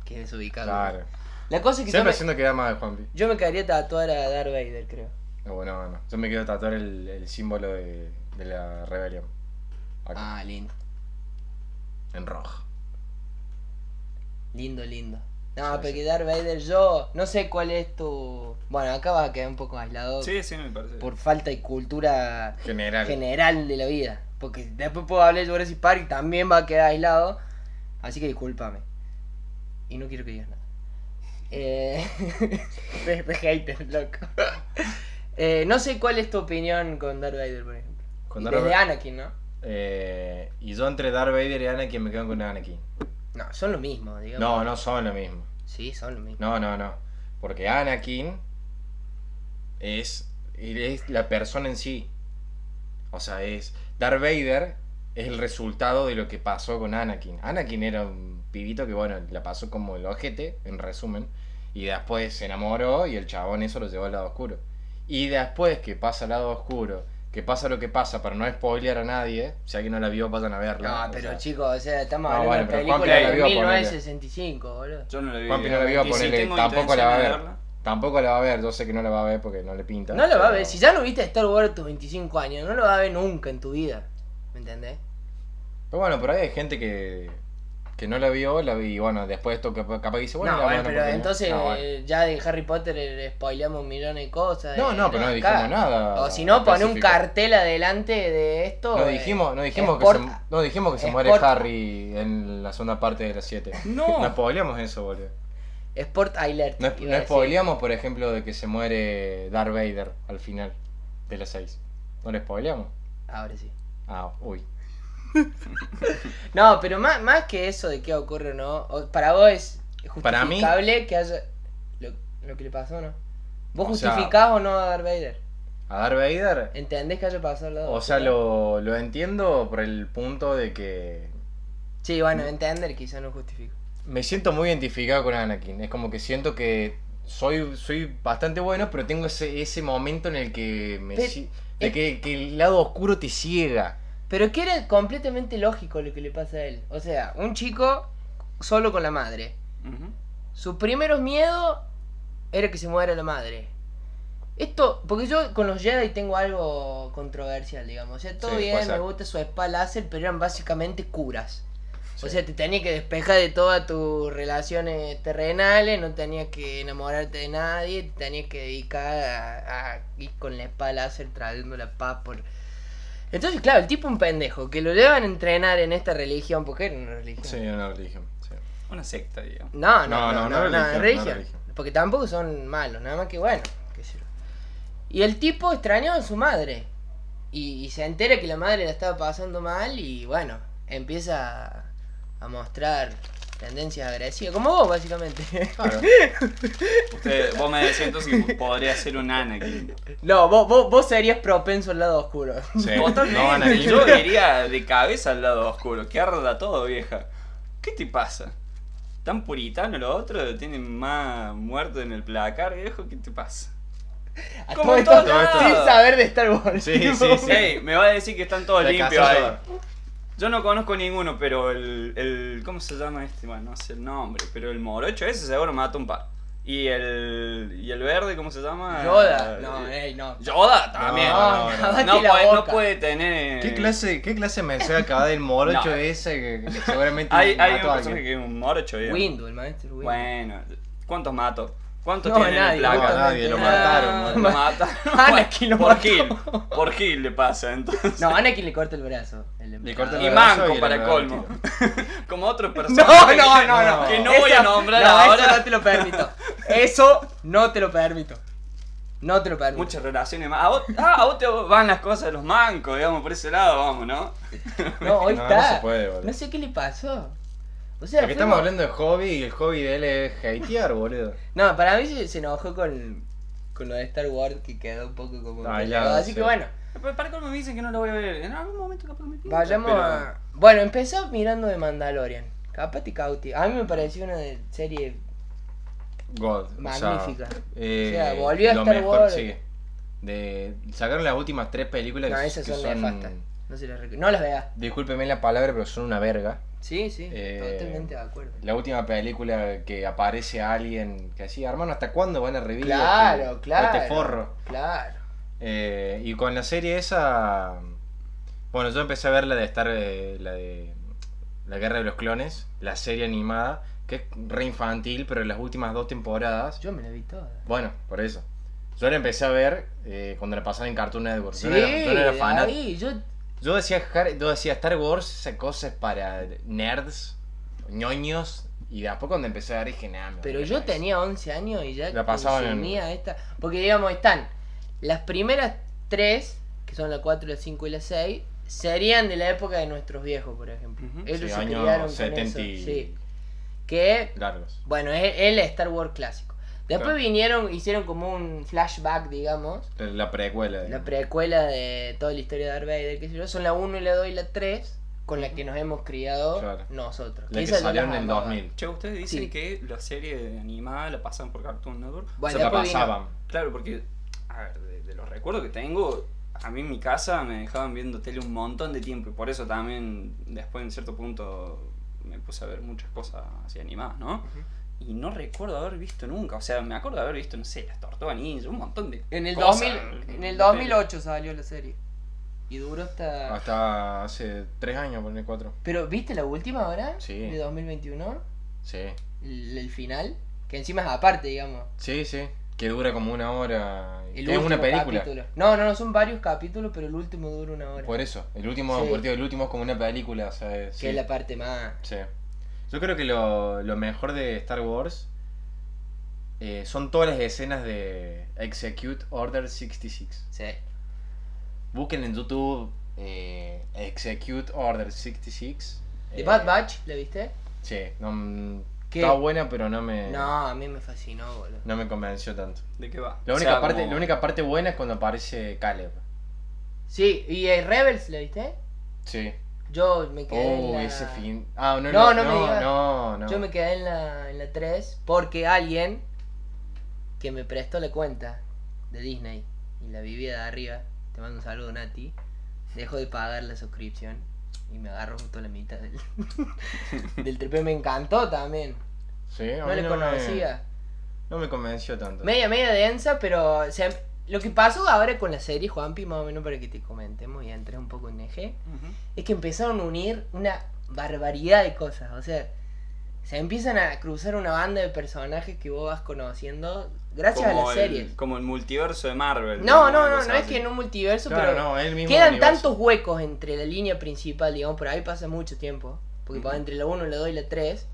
Speaker 2: Qué desubicado.
Speaker 1: claro.
Speaker 2: La cosa es que yo
Speaker 1: Siempre
Speaker 2: me,
Speaker 1: haciendo quedar mal, Juanpi.
Speaker 2: yo me quedaría tatuar a Darth Vader, creo.
Speaker 1: No, bueno, bueno. Yo me quiero tatuar el, el símbolo de, de la rebelión. Acá,
Speaker 2: Ah, lindo.
Speaker 1: en rojo.
Speaker 2: Lindo, lindo.
Speaker 1: Sí,
Speaker 2: No, pero
Speaker 1: sí.
Speaker 2: que Darth Vader, yo no sé cuál es tu. Bueno, acá vas a quedar un poco aislado
Speaker 3: Sí, sí, me parece.
Speaker 2: por falta de cultura
Speaker 1: General.
Speaker 2: general de la vida. Porque después puedo hablar de Jurassic Park y también va a quedar aislado. Así que discúlpame. Y no quiero que digas nada. Eh... de, de hater, loco. Eh, no sé cuál es tu opinión con Darth Vader, por ejemplo.
Speaker 1: Con
Speaker 2: Y
Speaker 1: Darth
Speaker 2: Desde
Speaker 1: Vader-
Speaker 2: Anakin, ¿no?
Speaker 1: Eh, y yo entre Darth Vader y Anakin me quedo con Anakin.
Speaker 2: No, son lo mismo, digamos.
Speaker 1: No, no son lo mismo.
Speaker 2: Sí, son lo mismo.
Speaker 1: No, no, no. Porque Anakin es, es la persona en sí. O sea, es. Darth Vader es el resultado de lo que pasó con Anakin. Anakin era un pibito que, bueno, la pasó como el ojete, en resumen. Y después se enamoró y el chabón eso lo llevó al lado oscuro. Y después que pasa al lado oscuro, que pasa lo que pasa, para no spoilear a nadie, si alguien no la vio, pasan a verla.
Speaker 2: No,
Speaker 1: O
Speaker 2: pero
Speaker 1: sea,
Speaker 2: chicos, o sea, estamos
Speaker 1: No,
Speaker 2: hablando
Speaker 1: bueno,
Speaker 2: de
Speaker 1: pero Juan
Speaker 2: películas de
Speaker 1: Pilar la vio, ponele.
Speaker 2: 1965, boludo.
Speaker 3: Yo no la vi.
Speaker 1: Juanpi no la vio,
Speaker 3: Y si
Speaker 1: ponele,
Speaker 3: tengo
Speaker 1: tampoco la va a
Speaker 3: intención de
Speaker 1: ver.
Speaker 3: verla.
Speaker 1: Tampoco la va a ver, yo sé que no la va a ver porque no le pinta.
Speaker 2: No lo va a
Speaker 1: pero-
Speaker 2: ver. Si ya no viste Star Wars a tus 25 años, no lo vas a ver nunca en tu vida. ¿Me entendés?
Speaker 1: Pero bueno, por ahí hay gente que, que no la vio, la vi, y bueno, después esto capaz, capaz dice, bueno,
Speaker 2: no,
Speaker 1: le vamos a
Speaker 2: bueno,
Speaker 1: dar
Speaker 2: pero
Speaker 1: una
Speaker 2: entonces
Speaker 1: oportunidad.
Speaker 2: eh, ya de Harry Potter eh, spoileamos millones de cosas.
Speaker 1: No,
Speaker 2: eh,
Speaker 1: no, pero no dijimos
Speaker 2: acá.
Speaker 1: nada
Speaker 2: O si no, pone un
Speaker 1: específico.
Speaker 2: cartel adelante de esto.
Speaker 1: No
Speaker 2: eh,
Speaker 1: dijimos, no dijimos,
Speaker 2: Sport-
Speaker 1: que se, no dijimos que se muere
Speaker 2: Sport-
Speaker 1: Harry en la segunda parte de las 7.
Speaker 3: No.
Speaker 1: No spoileamos eso, boludo.
Speaker 2: Sport Alert.
Speaker 1: No, es-
Speaker 2: iba
Speaker 1: no
Speaker 2: a decir.
Speaker 1: spoileamos, por ejemplo, de que se muere Darth Vader al final de las 6. No le spoileamos.
Speaker 2: Ahora sí.
Speaker 1: Ah, uy.
Speaker 2: No, pero más, más que eso de qué ocurre o no, o- para vos es
Speaker 1: Para mí-
Speaker 2: justificable que haya lo, lo que le pasó, ¿no? ¿Vos
Speaker 1: O sea-
Speaker 2: justificás o no a Darth Vader?
Speaker 1: A Darth Vader
Speaker 2: ¿Entendés que haya pasado al lado
Speaker 1: O sea, lo,
Speaker 2: oscuro?
Speaker 1: lo entiendo por el punto de que
Speaker 2: Sí, bueno, entender quizá no justifico.
Speaker 1: me siento muy identificado con Anakin. Es como que siento que soy, soy bastante bueno, pero tengo ese, ese momento en el que me
Speaker 2: Pe-
Speaker 1: ci- de que, que el lado oscuro te ciega.
Speaker 2: Pero que era completamente lógico lo que le pasa a él. O sea, un chico solo con la madre.
Speaker 3: Ujú.
Speaker 2: Su primer miedo era que se muera la madre. Esto, porque yo con los Jedi tengo algo controversial, digamos. O sea, todo
Speaker 1: Sí, puede
Speaker 2: bien,
Speaker 1: ser.
Speaker 2: me gusta su espada láser, pero eran básicamente curas. O
Speaker 1: Sí.
Speaker 2: sea, te tenías que despejar de todas tus relaciones terrenales, no tenías que enamorarte de nadie, te tenías que dedicar a, a ir con la espada láser trayendo la paz por... Entonces, claro, el tipo un pendejo, que lo llevan a entrenar en esta religión, porque era una religión.
Speaker 1: Sí, una religión. sí.
Speaker 3: Una secta, digamos.
Speaker 2: No, no,
Speaker 1: No, no,
Speaker 2: no, no, no,
Speaker 1: no religión, no
Speaker 2: religión.
Speaker 1: religión.
Speaker 2: Porque tampoco son malos, nada más que bueno, qué sé yo. Y el tipo extrañó a su madre. Y, y se entera que la madre la estaba pasando mal y bueno, empieza a, a mostrar tendencias agresivas, como vos básicamente.
Speaker 1: Claro.
Speaker 3: Usted, vos me decís entonces que podría ser un Anakin.
Speaker 2: no, vos, vos, vos serías propenso al lado oscuro.
Speaker 1: Sí.
Speaker 3: Totalmente.
Speaker 1: No, Anakin.
Speaker 3: Yo iría de cabeza al lado oscuro. Que arda todo, vieja. ¿Qué te pasa? Tan puritano lo otro, tienen más muerto en el placar, viejo. ¿Qué te pasa?
Speaker 2: A
Speaker 3: Como en
Speaker 2: esto,
Speaker 3: todos lados.
Speaker 2: sin saber de Star Wars.
Speaker 1: Sí,
Speaker 2: tipo.
Speaker 1: sí, sí.
Speaker 3: Ey, me va a decir que están todos
Speaker 1: Te
Speaker 3: limpios
Speaker 1: casás
Speaker 3: ahí.
Speaker 1: ahora.
Speaker 3: Yo no conozco ninguno, pero el, el- ¿Cómo se llama este? Bueno, no sé el nombre, pero el morocho ese seguro mató un par. Y el. ¿Y el verde, cómo se llama?
Speaker 2: Yoda.
Speaker 3: Eh,
Speaker 2: No, ey, no.
Speaker 3: Yoda también.
Speaker 1: No,
Speaker 3: No,
Speaker 1: no,
Speaker 2: lavate la
Speaker 3: puede, no
Speaker 2: boca.
Speaker 3: puede tener. eh,
Speaker 1: ¿Qué clase, ¿Qué clase de mensaje acaba del morocho
Speaker 3: No.
Speaker 1: ese que que seguramente
Speaker 3: Hay, hay un
Speaker 1: mató a alguien?
Speaker 3: personaje que es un morocho, digamos.
Speaker 2: Windu, el maestro Windu.
Speaker 3: Bueno, ¿cuántos mató? ¿Cuántos
Speaker 2: No,
Speaker 3: tienen en
Speaker 2: nadie,
Speaker 3: el
Speaker 1: No, a
Speaker 3: placar?
Speaker 1: nadie, lo
Speaker 2: Ah,
Speaker 1: mataron.
Speaker 3: Lo
Speaker 1: boludo.
Speaker 3: mataron.
Speaker 2: Anakin lo
Speaker 3: por
Speaker 2: mató.
Speaker 3: Gil. Por Gil le pasa, entonces.
Speaker 2: No, Anakin le corta el brazo. el
Speaker 1: Le corta el
Speaker 2: emperador.
Speaker 3: Y
Speaker 1: brazo
Speaker 3: manco
Speaker 1: y le
Speaker 3: para
Speaker 1: pega el
Speaker 3: colmo.
Speaker 1: tiro.
Speaker 3: Como otro
Speaker 2: No,
Speaker 3: personaje.
Speaker 2: no, no, no.
Speaker 3: Que no
Speaker 2: Eso-
Speaker 3: voy a nombrar
Speaker 2: no,
Speaker 3: ahora.
Speaker 2: Eso no te lo permito. Eso no te lo permito. No te lo permito.
Speaker 3: Muchas relaciones más. A vos, ah, a vos te van las cosas de los mancos, digamos, por ese lado, vamos, ¿no?
Speaker 2: No, hoy
Speaker 1: No, no
Speaker 2: está.
Speaker 1: se puede, boludo.
Speaker 2: No sé qué le pasó. O sea,
Speaker 1: Porque
Speaker 2: fue-
Speaker 1: estamos hablando de hobby y el hobby de él es hatear, boludo.
Speaker 2: No, para mí se, se enojó con, con lo de Star Wars que quedó un poco como...
Speaker 1: Ah, ya,
Speaker 2: peleado. Así
Speaker 1: sí.
Speaker 2: que bueno,
Speaker 3: Pero para colmo me dicen que no lo voy a ver. En algún momento capaz me pinta,
Speaker 2: vayamos
Speaker 3: pero-
Speaker 2: a... Bueno, empezó mirando de Mandalorian. Capaz y cauti. A mí me pareció una de- serie...
Speaker 1: God.
Speaker 2: Magnífica.
Speaker 1: O sea, eh,
Speaker 2: O sea, volvió a
Speaker 1: lo
Speaker 2: Star
Speaker 1: mejor,
Speaker 2: Wars.
Speaker 1: sí. De, sacaron las últimas tres películas
Speaker 2: No,
Speaker 1: que-
Speaker 2: esas
Speaker 1: que
Speaker 2: son nefastas. No se las rec- No las veas.
Speaker 1: Discúlpeme la palabra, pero son una verga.
Speaker 2: Sí, sí,
Speaker 1: Eh,
Speaker 2: totalmente de acuerdo.
Speaker 1: La última película que aparece alguien que así, hermano, ¿hasta cuándo van a revivir?
Speaker 2: Claro,
Speaker 1: este-
Speaker 2: claro.
Speaker 1: Este forro.
Speaker 2: Claro.
Speaker 1: Eh, y con la serie esa. Bueno, yo empecé a ver la de Star. eh, la de. La Guerra de los Clones, la serie animada, que es re infantil, pero en las últimas dos temporadas.
Speaker 2: Yo me la vi toda.
Speaker 1: Bueno, por eso. Yo la empecé a ver eh, cuando la pasaban en Cartoon Network.
Speaker 2: Sí,
Speaker 1: Yo, no era, yo no era fanático.
Speaker 2: ahí, yo
Speaker 1: Yo decía, Har- yo decía Star Wars, esa cosa es para nerds, ñoños. Y después cuando empecé a ver dije, nada, me
Speaker 2: Pero
Speaker 1: voy a
Speaker 2: yo
Speaker 1: ver eso".
Speaker 2: tenía 11 años y ya
Speaker 1: La pasaban en-
Speaker 2: consumía esta. Porque digamos, están las primeras tres, que son la 4, la 5 y la 6, serían de la época de nuestros viejos, por ejemplo.
Speaker 3: Ujú.
Speaker 2: Ellos
Speaker 1: Sí,
Speaker 2: se
Speaker 1: años
Speaker 2: criaron con
Speaker 1: 70 y-
Speaker 2: eso. Sí. Que,
Speaker 1: Largos.
Speaker 2: bueno, es el Star Wars clásico. Después
Speaker 1: Claro.
Speaker 2: vinieron, hicieron como un flashback, digamos.
Speaker 1: La precuela.
Speaker 2: La
Speaker 1: digamos.
Speaker 2: precuela de toda la historia de Darth Vader, qué sé yo. Son la 1 y la 2 y la 3 con la que nos hemos criado
Speaker 1: Claro.
Speaker 2: nosotros.
Speaker 1: La que
Speaker 2: Esas yo
Speaker 1: salió en
Speaker 2: las
Speaker 1: el
Speaker 2: amaba.
Speaker 1: 2000.
Speaker 3: Che, ustedes dicen
Speaker 2: Sí.
Speaker 3: que la serie animada la pasan por Cartoon Network.
Speaker 2: Bueno,
Speaker 1: se la
Speaker 2: después vino-
Speaker 1: pasaban.
Speaker 3: Claro, porque, a ver, de, de los recuerdos que tengo, a mí en mi casa me dejaban viendo tele un montón de tiempo y por eso también después en cierto punto me puse a ver muchas cosas así animadas, ¿no? Y no recuerdo haber visto nunca, o sea, me acuerdo de haber visto, no sé, las tortugas ninja, un montón de
Speaker 2: En el,
Speaker 3: cosas.
Speaker 2: 2000, en el 2008 salió la serie. Y duró hasta...
Speaker 1: Ah, Hasta hace tres años, ponle cuatro.
Speaker 2: Pero, ¿viste la última ahora?
Speaker 1: Sí.
Speaker 2: De 2021.
Speaker 1: Sí.
Speaker 2: El, el final. Que encima es aparte, digamos.
Speaker 1: Sí, sí. Que dura como una hora.
Speaker 2: El
Speaker 1: es una
Speaker 2: último
Speaker 1: película.
Speaker 2: capítulo. No, no, no, son varios capítulos, pero el último dura una hora.
Speaker 1: Por eso. El último,
Speaker 2: Sí.
Speaker 1: por ti, el último es como una película, ¿sabes?
Speaker 2: que
Speaker 1: Sí.
Speaker 2: es la parte más...
Speaker 1: Sí. Yo creo que lo, lo mejor de Star Wars eh, son todas las escenas de Execute Order 66.
Speaker 2: Sí.
Speaker 1: Busquen en YouTube eh, Execute Order 66.
Speaker 2: The
Speaker 1: eh,
Speaker 2: Bad Batch, ¿la viste?
Speaker 1: Sí. No, mm,
Speaker 2: ¿Qué?
Speaker 1: está buena, pero no me,
Speaker 2: No, a mí me fascinó, boludo.
Speaker 1: no me convenció tanto.
Speaker 3: ¿De qué va?
Speaker 1: La
Speaker 3: O
Speaker 1: única,
Speaker 3: sea,
Speaker 1: parte,
Speaker 3: como-
Speaker 1: la única parte buena es cuando aparece Caleb.
Speaker 2: Sí, y eh, Rebels, ¿la viste?
Speaker 1: Sí.
Speaker 2: Yo me quedé en
Speaker 1: Oh,
Speaker 2: la-
Speaker 1: ese fin. Ah, no, no,
Speaker 2: No, no
Speaker 1: no,
Speaker 2: me
Speaker 1: no,
Speaker 2: digas.
Speaker 1: no,
Speaker 2: Yo me quedé en la, en la 3 porque alguien que me prestó la cuenta de Disney y la vivía de arriba, te mando un saludo Nati, dejó de pagar la suscripción y me agarró justo la mitad del, del triple. Me encantó también,
Speaker 1: Sí, a
Speaker 2: no
Speaker 1: mí
Speaker 2: le
Speaker 1: me-
Speaker 2: conocía.
Speaker 1: no me convenció tanto.
Speaker 2: Media, media densa, pero o sea, lo que pasó ahora con la serie, Juanpi, más o menos para que te comentemos y entres un poco en E eje,
Speaker 3: Ujú.
Speaker 2: es que empezaron a unir una barbaridad de cosas. O sea, se empiezan a cruzar una banda de personajes que vos vas conociendo gracias a
Speaker 3: Como
Speaker 2: las
Speaker 3: el-
Speaker 2: series.
Speaker 3: Como el multiverso de Marvel.
Speaker 2: No,
Speaker 3: Una
Speaker 2: no, no,
Speaker 3: cosa
Speaker 2: no es
Speaker 3: así.
Speaker 2: que en un multiverso,
Speaker 1: Claro,
Speaker 2: pero
Speaker 1: no, es el mismo
Speaker 2: quedan
Speaker 1: universo.
Speaker 2: tantos huecos entre la línea principal, digamos, por ahí pasa mucho tiempo. Porque
Speaker 3: Ujú.
Speaker 2: pa- entre la 1, la 2 y la 3,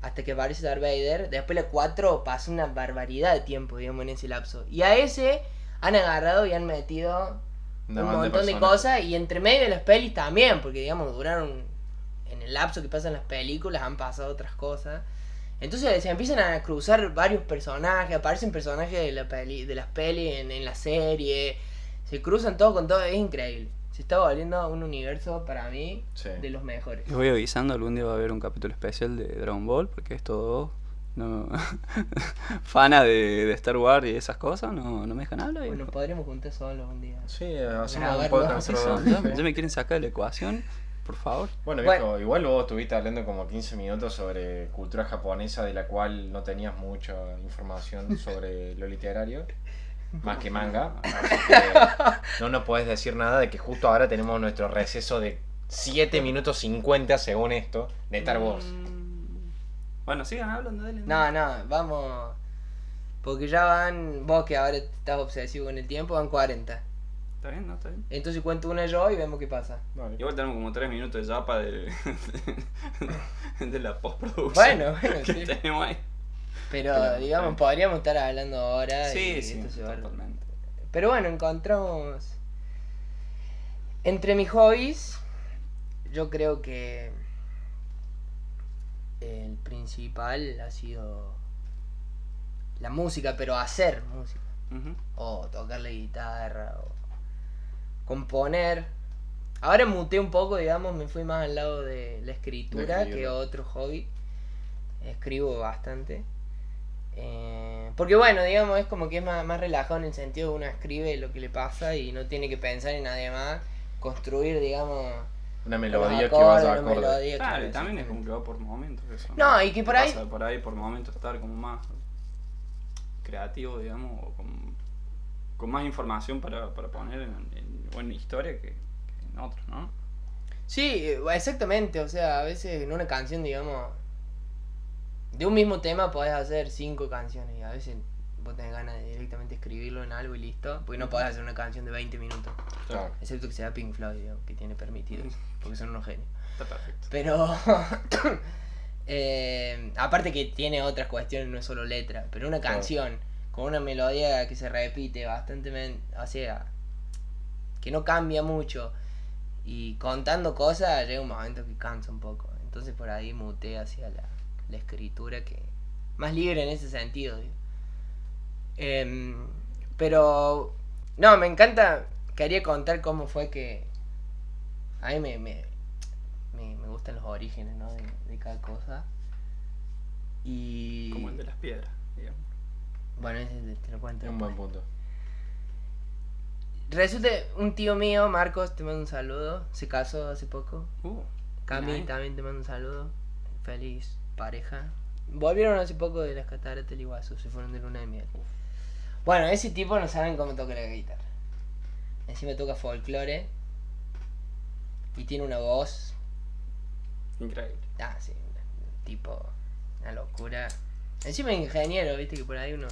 Speaker 2: hasta que aparece Darth Vader, después la 4 pasa una barbaridad de tiempo, digamos, en ese lapso. Y a ese han agarrado y han metido
Speaker 1: Una
Speaker 2: un
Speaker 1: banda
Speaker 2: montón de
Speaker 1: personas.
Speaker 2: cosas y entre medio de las pelis también, porque digamos duraron en el lapso que pasan las películas han pasado otras cosas. Entonces se empiezan a cruzar varios personajes, aparecen personajes de, la peli, de las pelis en, en la serie, se cruzan todo con todo, es increíble. Se está volviendo un universo para mí
Speaker 1: Sí.
Speaker 2: de los mejores.
Speaker 3: Les voy avisando, algún día va a haber un capítulo especial de Dragon Ball, porque es todo no, fana de, de Star Wars y esas cosas, no, no me dejan hablar.
Speaker 2: Bueno, podremos juntar solos un día.
Speaker 1: Sí, hacemos
Speaker 2: Grabarlo.
Speaker 1: un podcast.
Speaker 3: Sí,
Speaker 1: otro-
Speaker 3: son- ya,
Speaker 1: sí.
Speaker 3: ya me quieren sacar de la ecuación, por favor.
Speaker 1: Bueno,
Speaker 2: Bueno.
Speaker 1: viejo, igual vos estuviste hablando como 15 minutos sobre cultura japonesa de la cual no tenías mucha información sobre lo literario, más que manga. así que no nos podés decir nada de que justo ahora tenemos nuestro receso de 7 minutos 50 según esto de Star Wars.
Speaker 3: Mm. Bueno, sigan hablando, dale.
Speaker 2: No, no, vamos. Porque ya van, vos que ahora estás obsesivo con el tiempo, van 40.
Speaker 3: ¿Está bien? ¿No está bien?
Speaker 2: Entonces cuento una yo y vemos qué pasa.
Speaker 3: Igual tenemos como tres minutos de yapa de, de la postproducción
Speaker 2: Bueno, bueno,
Speaker 3: que
Speaker 2: sí.
Speaker 3: tenemos ahí.
Speaker 2: Pero
Speaker 3: Claro,
Speaker 2: digamos,
Speaker 3: sí.
Speaker 2: podríamos estar hablando ahora. y
Speaker 3: Sí, sí,
Speaker 2: esto se va a-
Speaker 3: totalmente.
Speaker 2: Pero bueno, encontramos. Entre mis hobbies, yo creo que. el principal ha sido la música, pero hacer música.
Speaker 3: Ujú.
Speaker 2: O tocar la guitarra, o componer. Ahora muté un poco, digamos, me fui más al lado de la escritura
Speaker 1: Escribir.
Speaker 2: que otro hobby. Escribo bastante. Eh, porque bueno, digamos, es como que es más, más relajado en el sentido de uno escribe lo que le pasa y no tiene que pensar en nada más. Construir, digamos,
Speaker 1: Una
Speaker 2: los
Speaker 1: melodía que vaya
Speaker 2: acordes, una
Speaker 1: acorde.
Speaker 2: melodía,
Speaker 3: Claro,
Speaker 2: claro,
Speaker 3: y también es
Speaker 2: exactamente.
Speaker 3: como que va por momentos eso.
Speaker 2: No, y que por ahí-
Speaker 3: Pasa por ahí por momentos estar como más creativo, digamos, o con, con más información para, para poner en, en, o en la historia que, que en otros, ¿no?
Speaker 2: Sí, eh, exactamente. O sea, a veces en una canción, digamos, de un mismo tema podés hacer cinco canciones. Y a veces vos tenés ganas de directamente escribirlo en algo y listo. Porque no podés hacer una canción de 20 minutos.
Speaker 1: Claro.
Speaker 2: Excepto que sea Pink Floyd, digamos, que tiene permitido. Porque son unos genios.
Speaker 3: Está perfecto.
Speaker 2: Pero. eh, aparte que tiene otras cuestiones, no es solo letra. Pero una
Speaker 1: Claro.
Speaker 2: canción con una melodía que se repite bastante. men- O sea, que no cambia mucho. Y contando cosas, llega un momento que cansa un poco. Entonces por ahí muté hacia la, la escritura que. Más libre en ese sentido. digo. Em, pero. No, me encanta. Quería contar cómo fue que. A mí me, me, me, me gustan los orígenes, ¿no? De, de cada cosa. Y.
Speaker 3: Como el de las piedras, digamos.
Speaker 2: Bueno, ese te, te lo cuento.
Speaker 1: Es un buen
Speaker 2: después.
Speaker 1: punto.
Speaker 2: Resulta un tío mío, Marcos, te mando un saludo. Se casó hace poco.
Speaker 3: Uh,
Speaker 2: Cami
Speaker 3: mira,
Speaker 2: también te mando un saludo. Feliz pareja. Volvieron hace poco de las cataratas del Iguazú, se fueron de luna de miel. Bueno, ese tipo no saben cómo toca la guitarra. Encima toca folclore. Y tiene una voz.
Speaker 3: Increíble.
Speaker 2: Ah, sí, un tipo. Una locura. Encima es ingeniero, viste que por ahí uno.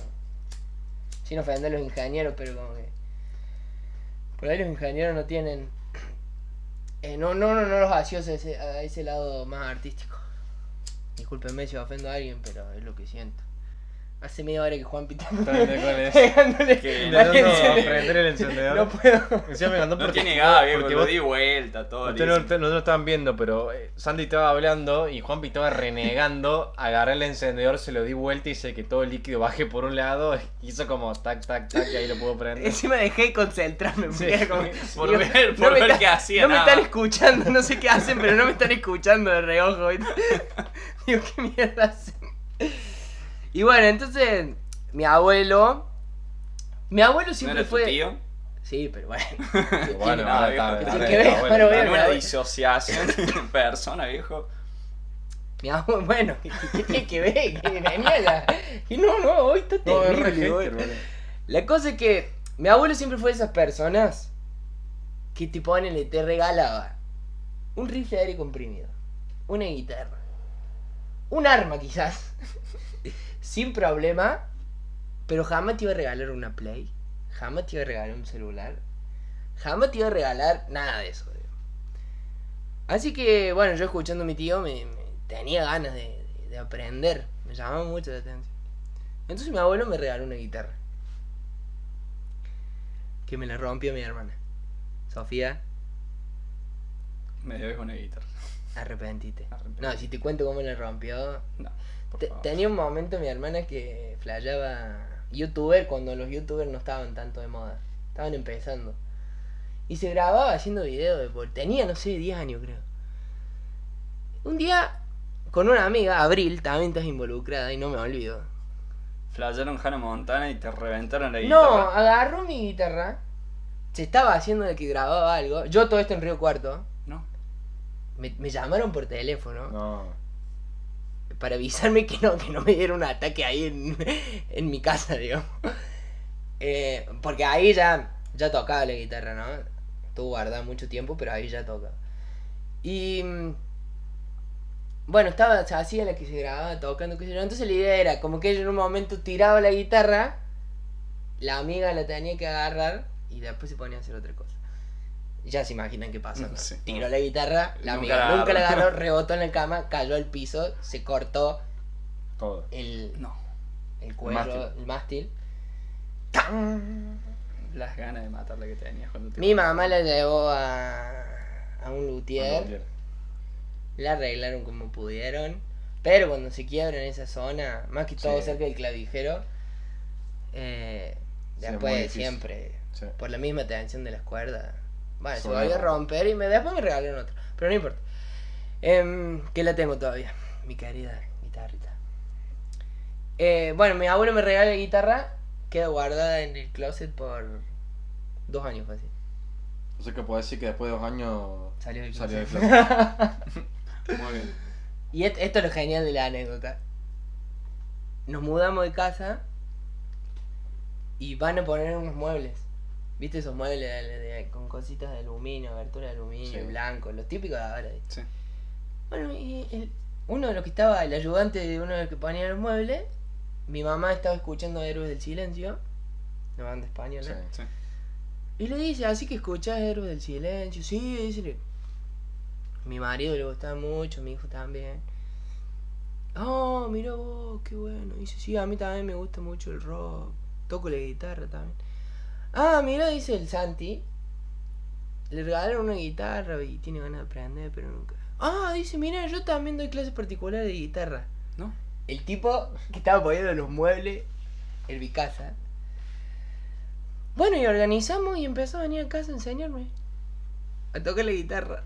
Speaker 2: Sin ofender a los ingenieros, pero como que. Por ahí los ingenieros no tienen. eh, no, no, no, no los asiosos a ese, a ese lado más artístico. Discúlpenme si ofendo a alguien, pero es lo que siento. Hace media hora que Juan Pita
Speaker 1: Dale, ¿cuál es?
Speaker 2: pegándole
Speaker 3: Que
Speaker 2: al
Speaker 3: no, no,
Speaker 2: encendedor.
Speaker 1: prender el encendedor.
Speaker 2: No puedo.
Speaker 1: Encima me mandó
Speaker 3: No
Speaker 1: por-
Speaker 3: tiene nada, viejo,
Speaker 1: porque
Speaker 3: lo
Speaker 1: vos-
Speaker 3: di vuelta, todo.
Speaker 1: Ustedes
Speaker 3: le
Speaker 1: no,
Speaker 3: hice.
Speaker 1: ustedes no lo estaban viendo, pero eh, Sandy estaba hablando y Juanpi estaba renegando. Agarré el encendedor, se lo di vuelta y hice que todo el líquido baje por un lado. Hizo como tac, tac, tac y ahí lo pudo prender.
Speaker 2: Encima dejé de concentrarme. porque
Speaker 1: Sí.
Speaker 2: era como-
Speaker 3: Por ver- por
Speaker 2: me
Speaker 3: ver
Speaker 2: está-
Speaker 3: qué hacía,
Speaker 2: No me
Speaker 3: nada
Speaker 2: están
Speaker 3: más.
Speaker 2: escuchando, no sé qué hacen, pero no me están escuchando de reojo. ¿viste? Digo, ¿qué mierda hacen? Y bueno, entonces, mi abuelo. Mi abuelo
Speaker 3: ¿No
Speaker 2: siempre
Speaker 3: era tu
Speaker 2: fue.
Speaker 3: tío?
Speaker 2: Sí, pero bueno.
Speaker 1: Pero bueno,
Speaker 3: No,
Speaker 1: ahora
Speaker 3: viejo,
Speaker 1: está-
Speaker 3: que
Speaker 1: está-
Speaker 2: tiene
Speaker 1: está
Speaker 2: que
Speaker 1: bueno,
Speaker 2: ver, pero
Speaker 1: está
Speaker 2: bien.
Speaker 3: Dame una
Speaker 2: la-
Speaker 3: disociación en persona, viejo.
Speaker 2: Mi abuelo, bueno, ¿qué, qué tiene que ver? Que venía la- que no, no, hoy está
Speaker 1: No, es
Speaker 2: terrible,
Speaker 1: re hater,
Speaker 2: boludo.
Speaker 1: boludo.
Speaker 2: La cosa es que mi abuelo siempre fue de esas personas que te ponen, te regalaba un rifle de aire comprimido, una guitarra, un arma quizás, sin problema, pero jamás te iba a regalar una Play, jamás te iba a regalar un celular, jamás te iba a regalar nada de eso. digo. Así que, bueno, yo escuchando a mi tío me, me tenía ganas de- de- de aprender, me llamaba mucho la atención. Entonces mi abuelo me regaló una guitarra que me la rompió mi hermana. Sofía,
Speaker 3: Me debes una guitarra.
Speaker 2: arrepentite.
Speaker 3: Arrepentite.
Speaker 2: No, si te cuento cómo la rompió.
Speaker 3: No, por
Speaker 2: Te-
Speaker 3: favor.
Speaker 2: tenía un momento mi hermana que flayaba youtuber cuando los youtubers no estaban tanto de moda. Estaban empezando. Y se grababa haciendo videos de bol- Tenía, no sé, 10 años creo. Un día, con una amiga, Abril, también estás involucrada y no me olvido.
Speaker 3: Flayaron Hannah Montana y te reventaron la
Speaker 2: No, ah.
Speaker 3: guitarra.
Speaker 2: agarró mi guitarra. Se estaba haciendo de que grababa algo. Yo todo esto en Río Cuarto.
Speaker 3: No.
Speaker 2: Me, me llamaron por teléfono
Speaker 1: No.
Speaker 2: para avisarme que no, que no me diera un ataque ahí en, en mi casa, digamos. Eh, porque ahí ya, ya tocaba la guitarra, ¿no? Tú guardás mucho tiempo, pero ahí ya tocaba. Y mm, bueno, estaba, se hacía la que se grababa tocando, qué sé yo. Entonces la idea era, como que ella en un momento tiraba la guitarra, la amiga la tenía que agarrar y después se ponía a hacer otra cosa. Ya se imaginan qué pasó. ¿no?
Speaker 3: Sí.
Speaker 2: Tiró la guitarra, la
Speaker 3: Nunca
Speaker 2: amiga
Speaker 3: la
Speaker 2: nunca la
Speaker 3: agarró.
Speaker 2: agarró, rebotó en la cama, cayó al piso, se cortó
Speaker 1: Todo.
Speaker 2: el,
Speaker 3: No.
Speaker 2: el cuello, el mástil. ¡Tan!
Speaker 3: Las ganas de matarla que tenías cuando te.
Speaker 2: Mi mamá la llevó a, a un luthier,
Speaker 1: Cuando quiera.
Speaker 2: la arreglaron como pudieron. Pero cuando se quiebra en esa zona, más que todo
Speaker 1: Sí.
Speaker 2: cerca del clavijero, eh,
Speaker 1: Sí, es muy
Speaker 2: después
Speaker 1: difícil.
Speaker 2: siempre,
Speaker 1: Sí.
Speaker 2: por la misma tensión de las cuerdas, bueno, se
Speaker 1: Suena
Speaker 2: volvió a
Speaker 1: raro.
Speaker 2: romper y me, después me regalaron otra. Pero no importa. Em, que la tengo todavía, mi querida guitarrita. Eh, bueno, mi abuelo me regala la guitarra, queda guardada en el closet por dos años fácil.
Speaker 1: O sea que puedo decir que después de dos años
Speaker 2: Salió del
Speaker 1: salió de
Speaker 2: closet.
Speaker 1: clase.
Speaker 3: Muy bien.
Speaker 2: Y et- esto es lo genial de la anécdota. Nos mudamos de casa y van a poner unos muebles. ¿Viste esos muebles de- de- con cositas de aluminio, abertura de aluminio,
Speaker 1: Sí.
Speaker 2: blanco, los típicos de ahora? ¿viste?
Speaker 3: Sí.
Speaker 2: Bueno, y el- uno de los que estaba, el ayudante de uno de los que ponía los muebles, mi mamá estaba escuchando Héroes del Silencio, la banda española.
Speaker 1: Sí.
Speaker 3: Sí.
Speaker 2: Y le dice, así que escuchás Héroes del Silencio. Sí, dice. Mi marido le gustaba mucho, mi hijo también. Oh, mira vos, qué bueno. Dice, sí, a mí también me gusta mucho el rock. Toco la guitarra también. Ah, mira, dice el Santi. Le regalaron una guitarra y tiene ganas de aprender, pero nunca. Ah, dice, mira, yo también doy clases particulares de guitarra.
Speaker 3: ¿No?
Speaker 2: El tipo que estaba poniendo los muebles en mi casa. Bueno, y organizamos y empezó a venir a casa a enseñarme. A tocar la guitarra.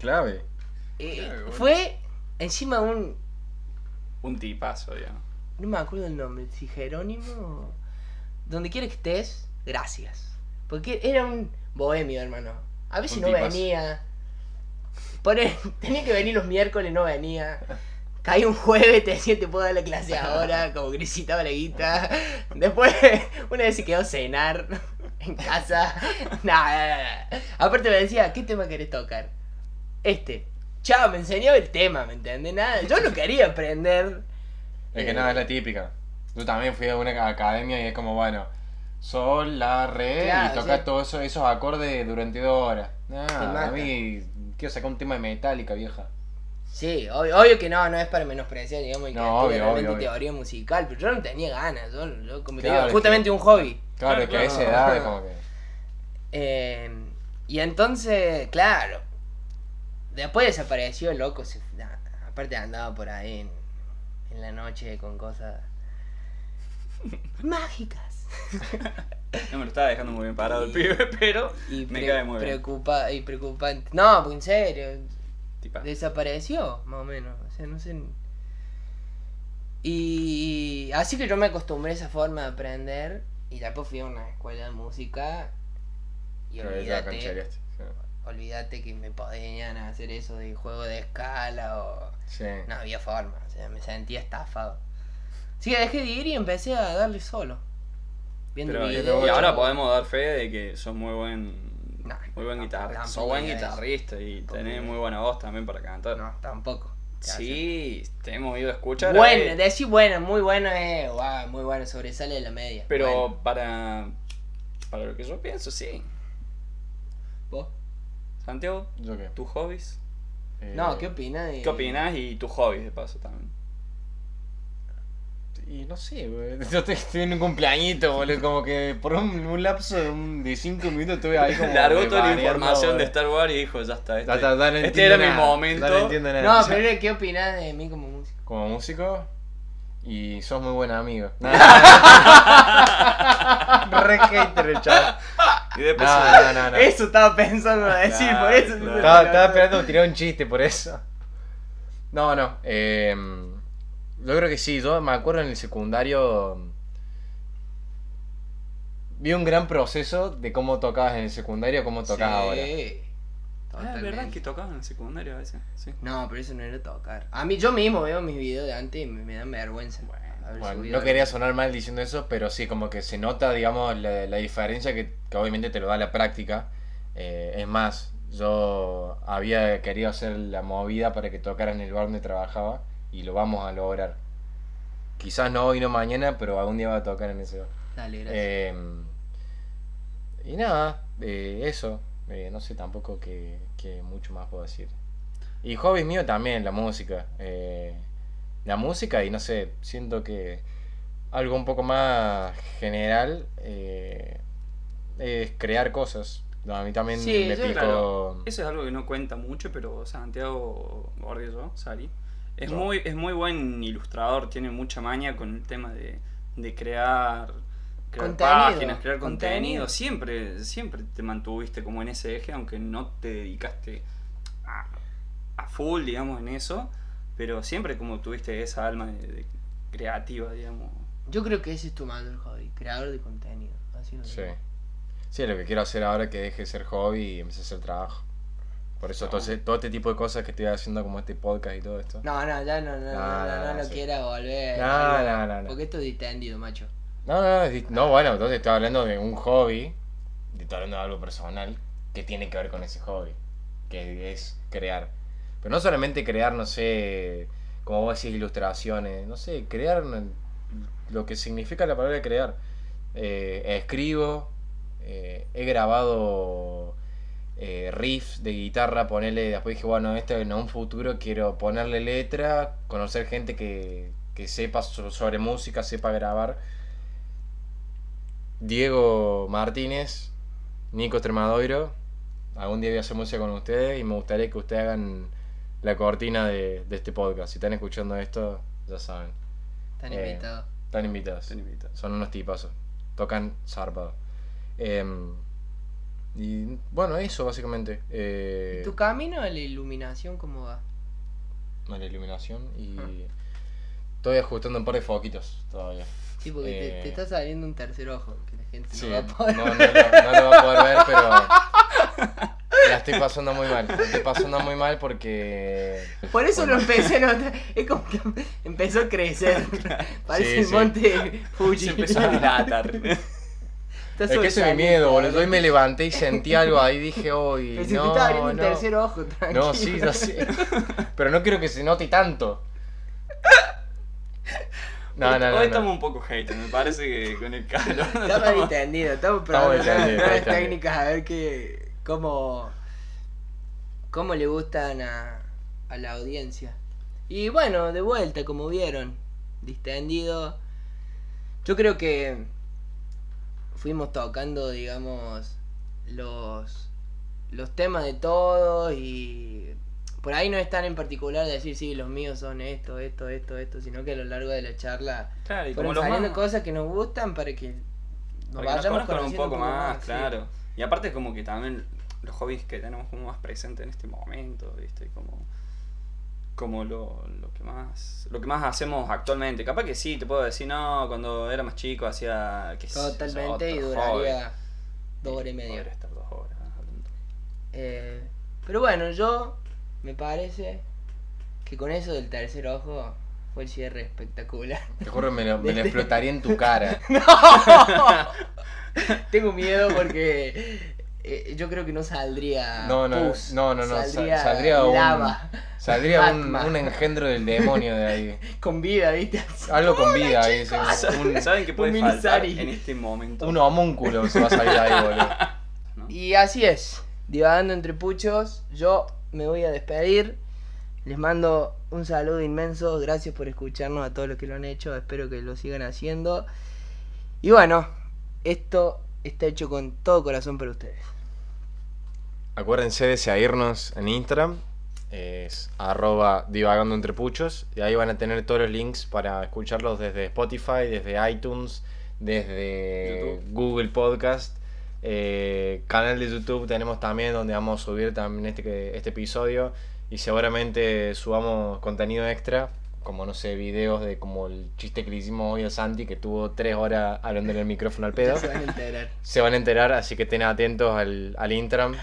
Speaker 1: Clave.
Speaker 2: Eh,
Speaker 3: Claro, bueno.
Speaker 2: Fue encima un...
Speaker 3: Un tipazo, digamos.
Speaker 2: No me acuerdo el nombre, si Jerónimo... o- Donde quiera que estés, gracias. Porque era un bohemio, hermano. A veces
Speaker 1: Un
Speaker 2: no
Speaker 1: tipazo.
Speaker 2: venía. Por el- tenía que venir los miércoles, no venía. Caí un jueves, te decía, te puedo dar la clase ahora, como que necesitaba la guita. Después, una vez se quedó a cenar en casa. Nada, Aparte me decía, ¿qué tema querés tocar? Este. Chao, me enseñaba el tema, ¿me entendés? Nada, yo no quería aprender.
Speaker 1: Es
Speaker 2: Eh.
Speaker 1: que nada, es la típica. Yo también fui a una academia y es como, bueno, sol, la, re,
Speaker 2: Claro,
Speaker 1: y toca
Speaker 2: sí.
Speaker 1: todos esos, esos acordes durante dos horas.
Speaker 2: Te
Speaker 1: Nah,
Speaker 2: mata.
Speaker 1: a mí quiero sacar un tema de Metallica, vieja.
Speaker 2: Sí, obvio, obvio que no, no es para menospreciar, digamos, el que
Speaker 1: No,
Speaker 2: estudia
Speaker 1: obvio,
Speaker 2: realmente
Speaker 1: obvio, obvio.
Speaker 2: teoría musical, pero yo no tenía ganas, yo, yo- como te
Speaker 1: Claro,
Speaker 2: digo,
Speaker 1: es
Speaker 2: justamente un hobby.
Speaker 1: Claro, es que a esa
Speaker 2: Claro.
Speaker 1: edad es como que.
Speaker 2: Eh, y entonces, claro, después desapareció el loco, se- na- aparte andaba por ahí en, en la noche con cosas mágicas.
Speaker 3: No me lo estaba dejando muy bien parado el pibe, pero
Speaker 2: Y
Speaker 3: me
Speaker 2: pre-
Speaker 3: cae muy bien.
Speaker 2: preocupa- y preocupante. No, pues en serio,
Speaker 3: Tipazo.
Speaker 2: desapareció, más o menos. O sea, no sé. Y así que yo me acostumbré a esa forma de aprender. Y después fui a una escuela de música. Y
Speaker 1: Pero ya
Speaker 2: olvídate,
Speaker 1: canchereaste.
Speaker 2: olvídate que me podían hacer eso de juego de escala o.
Speaker 1: Sí.
Speaker 2: No había forma, o sea, me sentía estafado. Así que dejé de ir y empecé a darle solo. Viendo
Speaker 3: Pero- y,
Speaker 2: videos.
Speaker 3: y ahora podemos dar fe de que sos muy buen,
Speaker 2: No,
Speaker 3: muy buen
Speaker 2: no,
Speaker 3: guitarrista.
Speaker 2: tampoco
Speaker 3: Sos buen
Speaker 2: diga eso.
Speaker 3: guitarrista y
Speaker 2: Tampoco
Speaker 3: tenés
Speaker 2: diga
Speaker 3: muy buena voz también para cantar.
Speaker 2: No, tampoco.
Speaker 3: sí, te hemos ido a escuchar.
Speaker 2: Bueno,
Speaker 3: ahí.
Speaker 2: decir bueno, muy bueno, eh, guau, muy bueno, sobresale de la media.
Speaker 3: pero
Speaker 2: Bueno.
Speaker 3: para, para lo que yo pienso, sí.
Speaker 2: ¿Vos?
Speaker 3: Santiago,
Speaker 1: ¿Yo qué?
Speaker 3: tus hobbies.
Speaker 1: Eh,
Speaker 2: No, ¿qué opinas de.?
Speaker 3: ¿Qué opinás? Y tus hobbies, de paso, también.
Speaker 1: Y no sé, güey. Yo te- estoy en un cumpleañito, boludo. Como que por un, un lapso de, un, de cinco minutos estuve ahí como.
Speaker 3: Largó toda la
Speaker 1: rebaneando,
Speaker 3: información de
Speaker 1: boludo.
Speaker 3: Star Wars y dijo, ya está. Este,
Speaker 1: Ya está, ya no
Speaker 3: este
Speaker 1: entiendo
Speaker 3: era mi
Speaker 1: nada,
Speaker 3: momento.
Speaker 1: ya No entiendo nada.
Speaker 2: No, pero ¿qué opinas de mí como músico?
Speaker 1: Como músico. Y sos muy buen amigo. Re hater el chaval.
Speaker 3: Y después
Speaker 1: No, no, no. no.
Speaker 2: Eso estaba pensando decir,
Speaker 3: Claro,
Speaker 2: por eso.
Speaker 3: claro.
Speaker 2: no se
Speaker 1: Estaba,
Speaker 2: me
Speaker 1: estaba
Speaker 2: ocurrió.
Speaker 1: esperando tirar un chiste por eso. No, no. eh, yo creo que sí. Yo me acuerdo en el secundario. Vi un gran proceso de cómo tocabas en el secundario a cómo tocas ahora.
Speaker 2: Sí.
Speaker 3: Ah, es
Speaker 2: Totalmente.
Speaker 3: verdad que tocaban en el secundario a veces. Sí.
Speaker 2: No, pero eso no era tocar. A mí, yo mismo veo mis videos de antes y me, me dan vergüenza.
Speaker 3: Bueno,
Speaker 2: haber
Speaker 1: Bueno,
Speaker 2: subido
Speaker 1: no quería sonar mal diciendo eso, pero sí, como que se nota, digamos, la, la diferencia que, que obviamente te lo da la práctica. Eh, es más, yo había querido hacer la movida para que tocara en el bar donde trabajaba y lo vamos a lograr. Quizás no hoy, no mañana, pero algún día va a tocar en ese bar.
Speaker 2: Dale, gracias.
Speaker 1: Eh, y nada, eh, eso. Eh, no sé tampoco qué, qué mucho más puedo decir. Y hobbies mío también, la música. Eh, la música y no sé, siento que algo un poco más general eh, es crear cosas. No, a mí también
Speaker 2: Sí,
Speaker 1: me
Speaker 2: yo-
Speaker 1: pico...
Speaker 3: Claro, eso es algo que no cuenta mucho, pero Santiago Borges, yo, Sari, Es,
Speaker 1: Wow.
Speaker 3: muy, es muy buen ilustrador, tiene mucha maña con el tema de, de crear, crear
Speaker 2: Contenido,
Speaker 3: páginas, crear contenido.
Speaker 2: contenido.
Speaker 3: Siempre, siempre te mantuviste como en ese eje, aunque no te dedicaste a, a full, digamos, en eso, pero siempre como tuviste esa alma de- de creativa, digamos.
Speaker 2: Yo creo que ese es tu mando, el hobby, creador de contenido. Así lo
Speaker 1: Sí.
Speaker 2: digo.
Speaker 1: Sí, lo que quiero hacer ahora es que deje de ser hobby y empiece a hacer trabajo. Por eso
Speaker 3: No.
Speaker 1: todo, ese- todo este tipo de cosas que estoy haciendo, como este podcast y todo esto.
Speaker 2: No, no, ya no, no, no, no, no,
Speaker 1: no,
Speaker 2: no
Speaker 1: sí.
Speaker 2: quiera volver.
Speaker 1: No,
Speaker 2: algo,
Speaker 1: no, no, no.
Speaker 2: Porque esto es distendido, macho.
Speaker 1: No, no, es di- no, bueno, entonces estoy hablando de un hobby, y estoy hablando de algo personal que tiene que ver con ese hobby, que es crear. Pero no solamente crear, no sé, como vos decís, ilustraciones, no sé, crear una- lo que significa la palabra crear. Eh, escribo, eh, he grabado eh, riffs de guitarra, ponerle, después dije, bueno, esto en un futuro quiero ponerle letra, conocer gente que, que sepa so- sobre música, sepa grabar. Diego Martínez, Nico Tremadoiro. Algún día voy a hacer música con ustedes y me gustaría que ustedes hagan la cortina de, de este podcast. Si están escuchando esto, ya saben.
Speaker 2: Están
Speaker 1: Eh,
Speaker 2: invitados.
Speaker 1: Están invitados.
Speaker 3: Te invito.
Speaker 1: Son unos tipazos. Tocan zarpado. Em, y bueno, eso básicamente. Eh,
Speaker 2: ¿Tu camino a la iluminación cómo va?
Speaker 1: a la iluminación y.
Speaker 2: Ah.
Speaker 1: Estoy ajustando un par de foquitos todavía.
Speaker 2: Sí, porque te- te,
Speaker 1: Eh,
Speaker 2: está saliendo un tercer ojo, que la gente
Speaker 1: Sí,
Speaker 2: no va a
Speaker 1: no,
Speaker 2: poder.
Speaker 1: no lo, no lo va a poder ver, pero la estoy pasando muy mal. La estoy pasando muy mal porque...
Speaker 2: Por eso
Speaker 1: Bueno.
Speaker 2: lo empecé a notar. Es como que empezó a crecer. Parece
Speaker 1: Sí,
Speaker 2: el
Speaker 1: sí.
Speaker 2: monte Fuji.
Speaker 3: Se empezó a dilatar.
Speaker 2: Está
Speaker 1: Es que ese es mi
Speaker 2: sobresaliente,
Speaker 1: miedo, boludo. Hoy
Speaker 2: ahora.
Speaker 1: me levanté y sentí algo ahí dije, hoy...
Speaker 2: Pero se te
Speaker 1: no,
Speaker 2: está abriendo un
Speaker 1: no.
Speaker 2: tercer ojo, tranquilo.
Speaker 1: No, sí, no sé. Pero no quiero que se note tanto. No, no, no. no.
Speaker 3: Hoy estamos un poco hate, me parece que con el calor. no
Speaker 2: Estamos
Speaker 3: estamos-
Speaker 2: entendidos, estamos
Speaker 1: Estamos
Speaker 2: probando nuevas-
Speaker 1: entendidos,
Speaker 2: nuevas
Speaker 1: estamos
Speaker 2: técnicas a ver qué. cómo. cómo le gustan a, a la audiencia. Y bueno, de vuelta, como vieron, distendido. Yo creo que. fuimos tocando, digamos, los. los temas de todos y. Por ahí no es tan en particular decir, sí, los míos son esto, esto, esto, esto, sino que a lo largo de la charla
Speaker 3: Claro, y como
Speaker 2: fueron
Speaker 3: los
Speaker 2: saliendo
Speaker 3: más-
Speaker 2: cosas que nos gustan para que nos
Speaker 3: Para que nos
Speaker 2: vayamos
Speaker 3: conozcan un
Speaker 2: conociendo
Speaker 3: poco más,
Speaker 2: sí.
Speaker 3: claro. Y aparte es como que también los hobbies que tenemos como más presentes en este momento, ¿viste? Como, como lo, lo que más lo que más hacemos actualmente. Capaz que sí, te puedo decir, no, cuando era más chico hacía... qué sé yo,
Speaker 2: Totalmente y
Speaker 3: otro hobby.
Speaker 2: duraría dos horas y
Speaker 3: Podría
Speaker 2: media.
Speaker 3: estar dos horas hablando.
Speaker 2: Eh, pero bueno, yo me parece que con eso del tercer ojo fue el cierre espectacular.
Speaker 1: Te juro, me lo, me lo explotaría en tu cara.
Speaker 2: Tengo miedo porque eh, yo creo que no saldría
Speaker 1: No, no,
Speaker 2: pus,
Speaker 1: no, no, no, sal-
Speaker 2: saldría,
Speaker 1: saldría un-
Speaker 2: lava
Speaker 1: Saldría un,
Speaker 2: Batman.
Speaker 1: un engendro del demonio de ahí.
Speaker 2: con vida, ¿viste? Así.
Speaker 1: Algo con vida ahí. se-
Speaker 3: ¿Saben- ¿Saben qué
Speaker 2: un
Speaker 3: puede
Speaker 2: mini
Speaker 3: faltar
Speaker 2: sari.
Speaker 3: en este momento?
Speaker 1: Un, un homúnculo se va a salir ahí, boludo.
Speaker 3: ¿no?
Speaker 2: Y así es, divagando entre puchos, yo me voy a despedir. Les mando un saludo inmenso, gracias por escucharnos a todos los que lo han hecho, espero que lo sigan haciendo. Y bueno, esto está hecho con todo corazón para ustedes.
Speaker 1: Acuérdense de seguirnos en Instagram, es arroba divagando entre puchos, y ahí van a tener todos los links para escucharlos desde Spotify, desde iTunes, desde
Speaker 3: YouTube.
Speaker 1: Google Podcast, eh, canal de YouTube tenemos también donde vamos a subir también este, que- este episodio y seguramente subamos contenido extra, como no sé, videos de como el chiste que le hicimos hoy a Santi que tuvo tres horas hablando en el micrófono al pedo
Speaker 2: Se van a enterar.
Speaker 1: se van a enterar, así que estén atentos al, al Instagram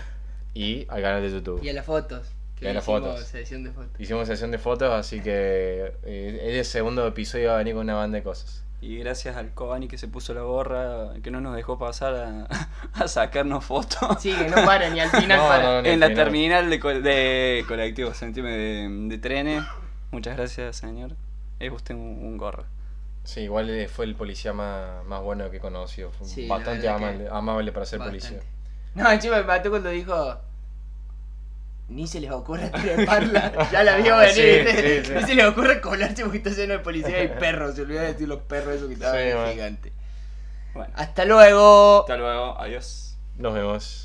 Speaker 1: y al canal de YouTube.
Speaker 2: Y a las fotos.
Speaker 1: Y a las
Speaker 2: hicimos
Speaker 1: fotos.
Speaker 2: Sesión de fotos.
Speaker 1: Hicimos sesión de fotos, así que eh, el segundo episodio va a venir con una banda de cosas.
Speaker 3: Y gracias al Cobani que se puso la gorra, que no nos dejó pasar a, a sacarnos fotos.
Speaker 2: Sí, que no para ni al final
Speaker 1: No,
Speaker 2: para.
Speaker 1: no, no,
Speaker 3: en la
Speaker 1: no.
Speaker 3: terminal de, co- de colectivo, sentime de, de trenes. Muchas gracias, señor. Es usted un, un gorra.
Speaker 1: Sí, igual eh, fue el policía más, más bueno que he conocido. Fue
Speaker 2: Sí, la
Speaker 1: bastante
Speaker 2: verdad que
Speaker 1: amable, amable para ser policía.
Speaker 2: Bastante. No, chico, me mató cuando dijo. Ni se les ocurre treparla. Ya la vio
Speaker 1: Sí,
Speaker 2: venir.
Speaker 1: sí, sí.
Speaker 2: Ni se les ocurre colarse porque está lleno de policía y perros. Se olvidó de decir los perros esos que estaban
Speaker 1: Sí,
Speaker 2: ahí
Speaker 1: man.
Speaker 2: gigante.
Speaker 3: Bueno,
Speaker 2: Hasta luego.
Speaker 3: hasta luego, adiós.
Speaker 1: Nos vemos.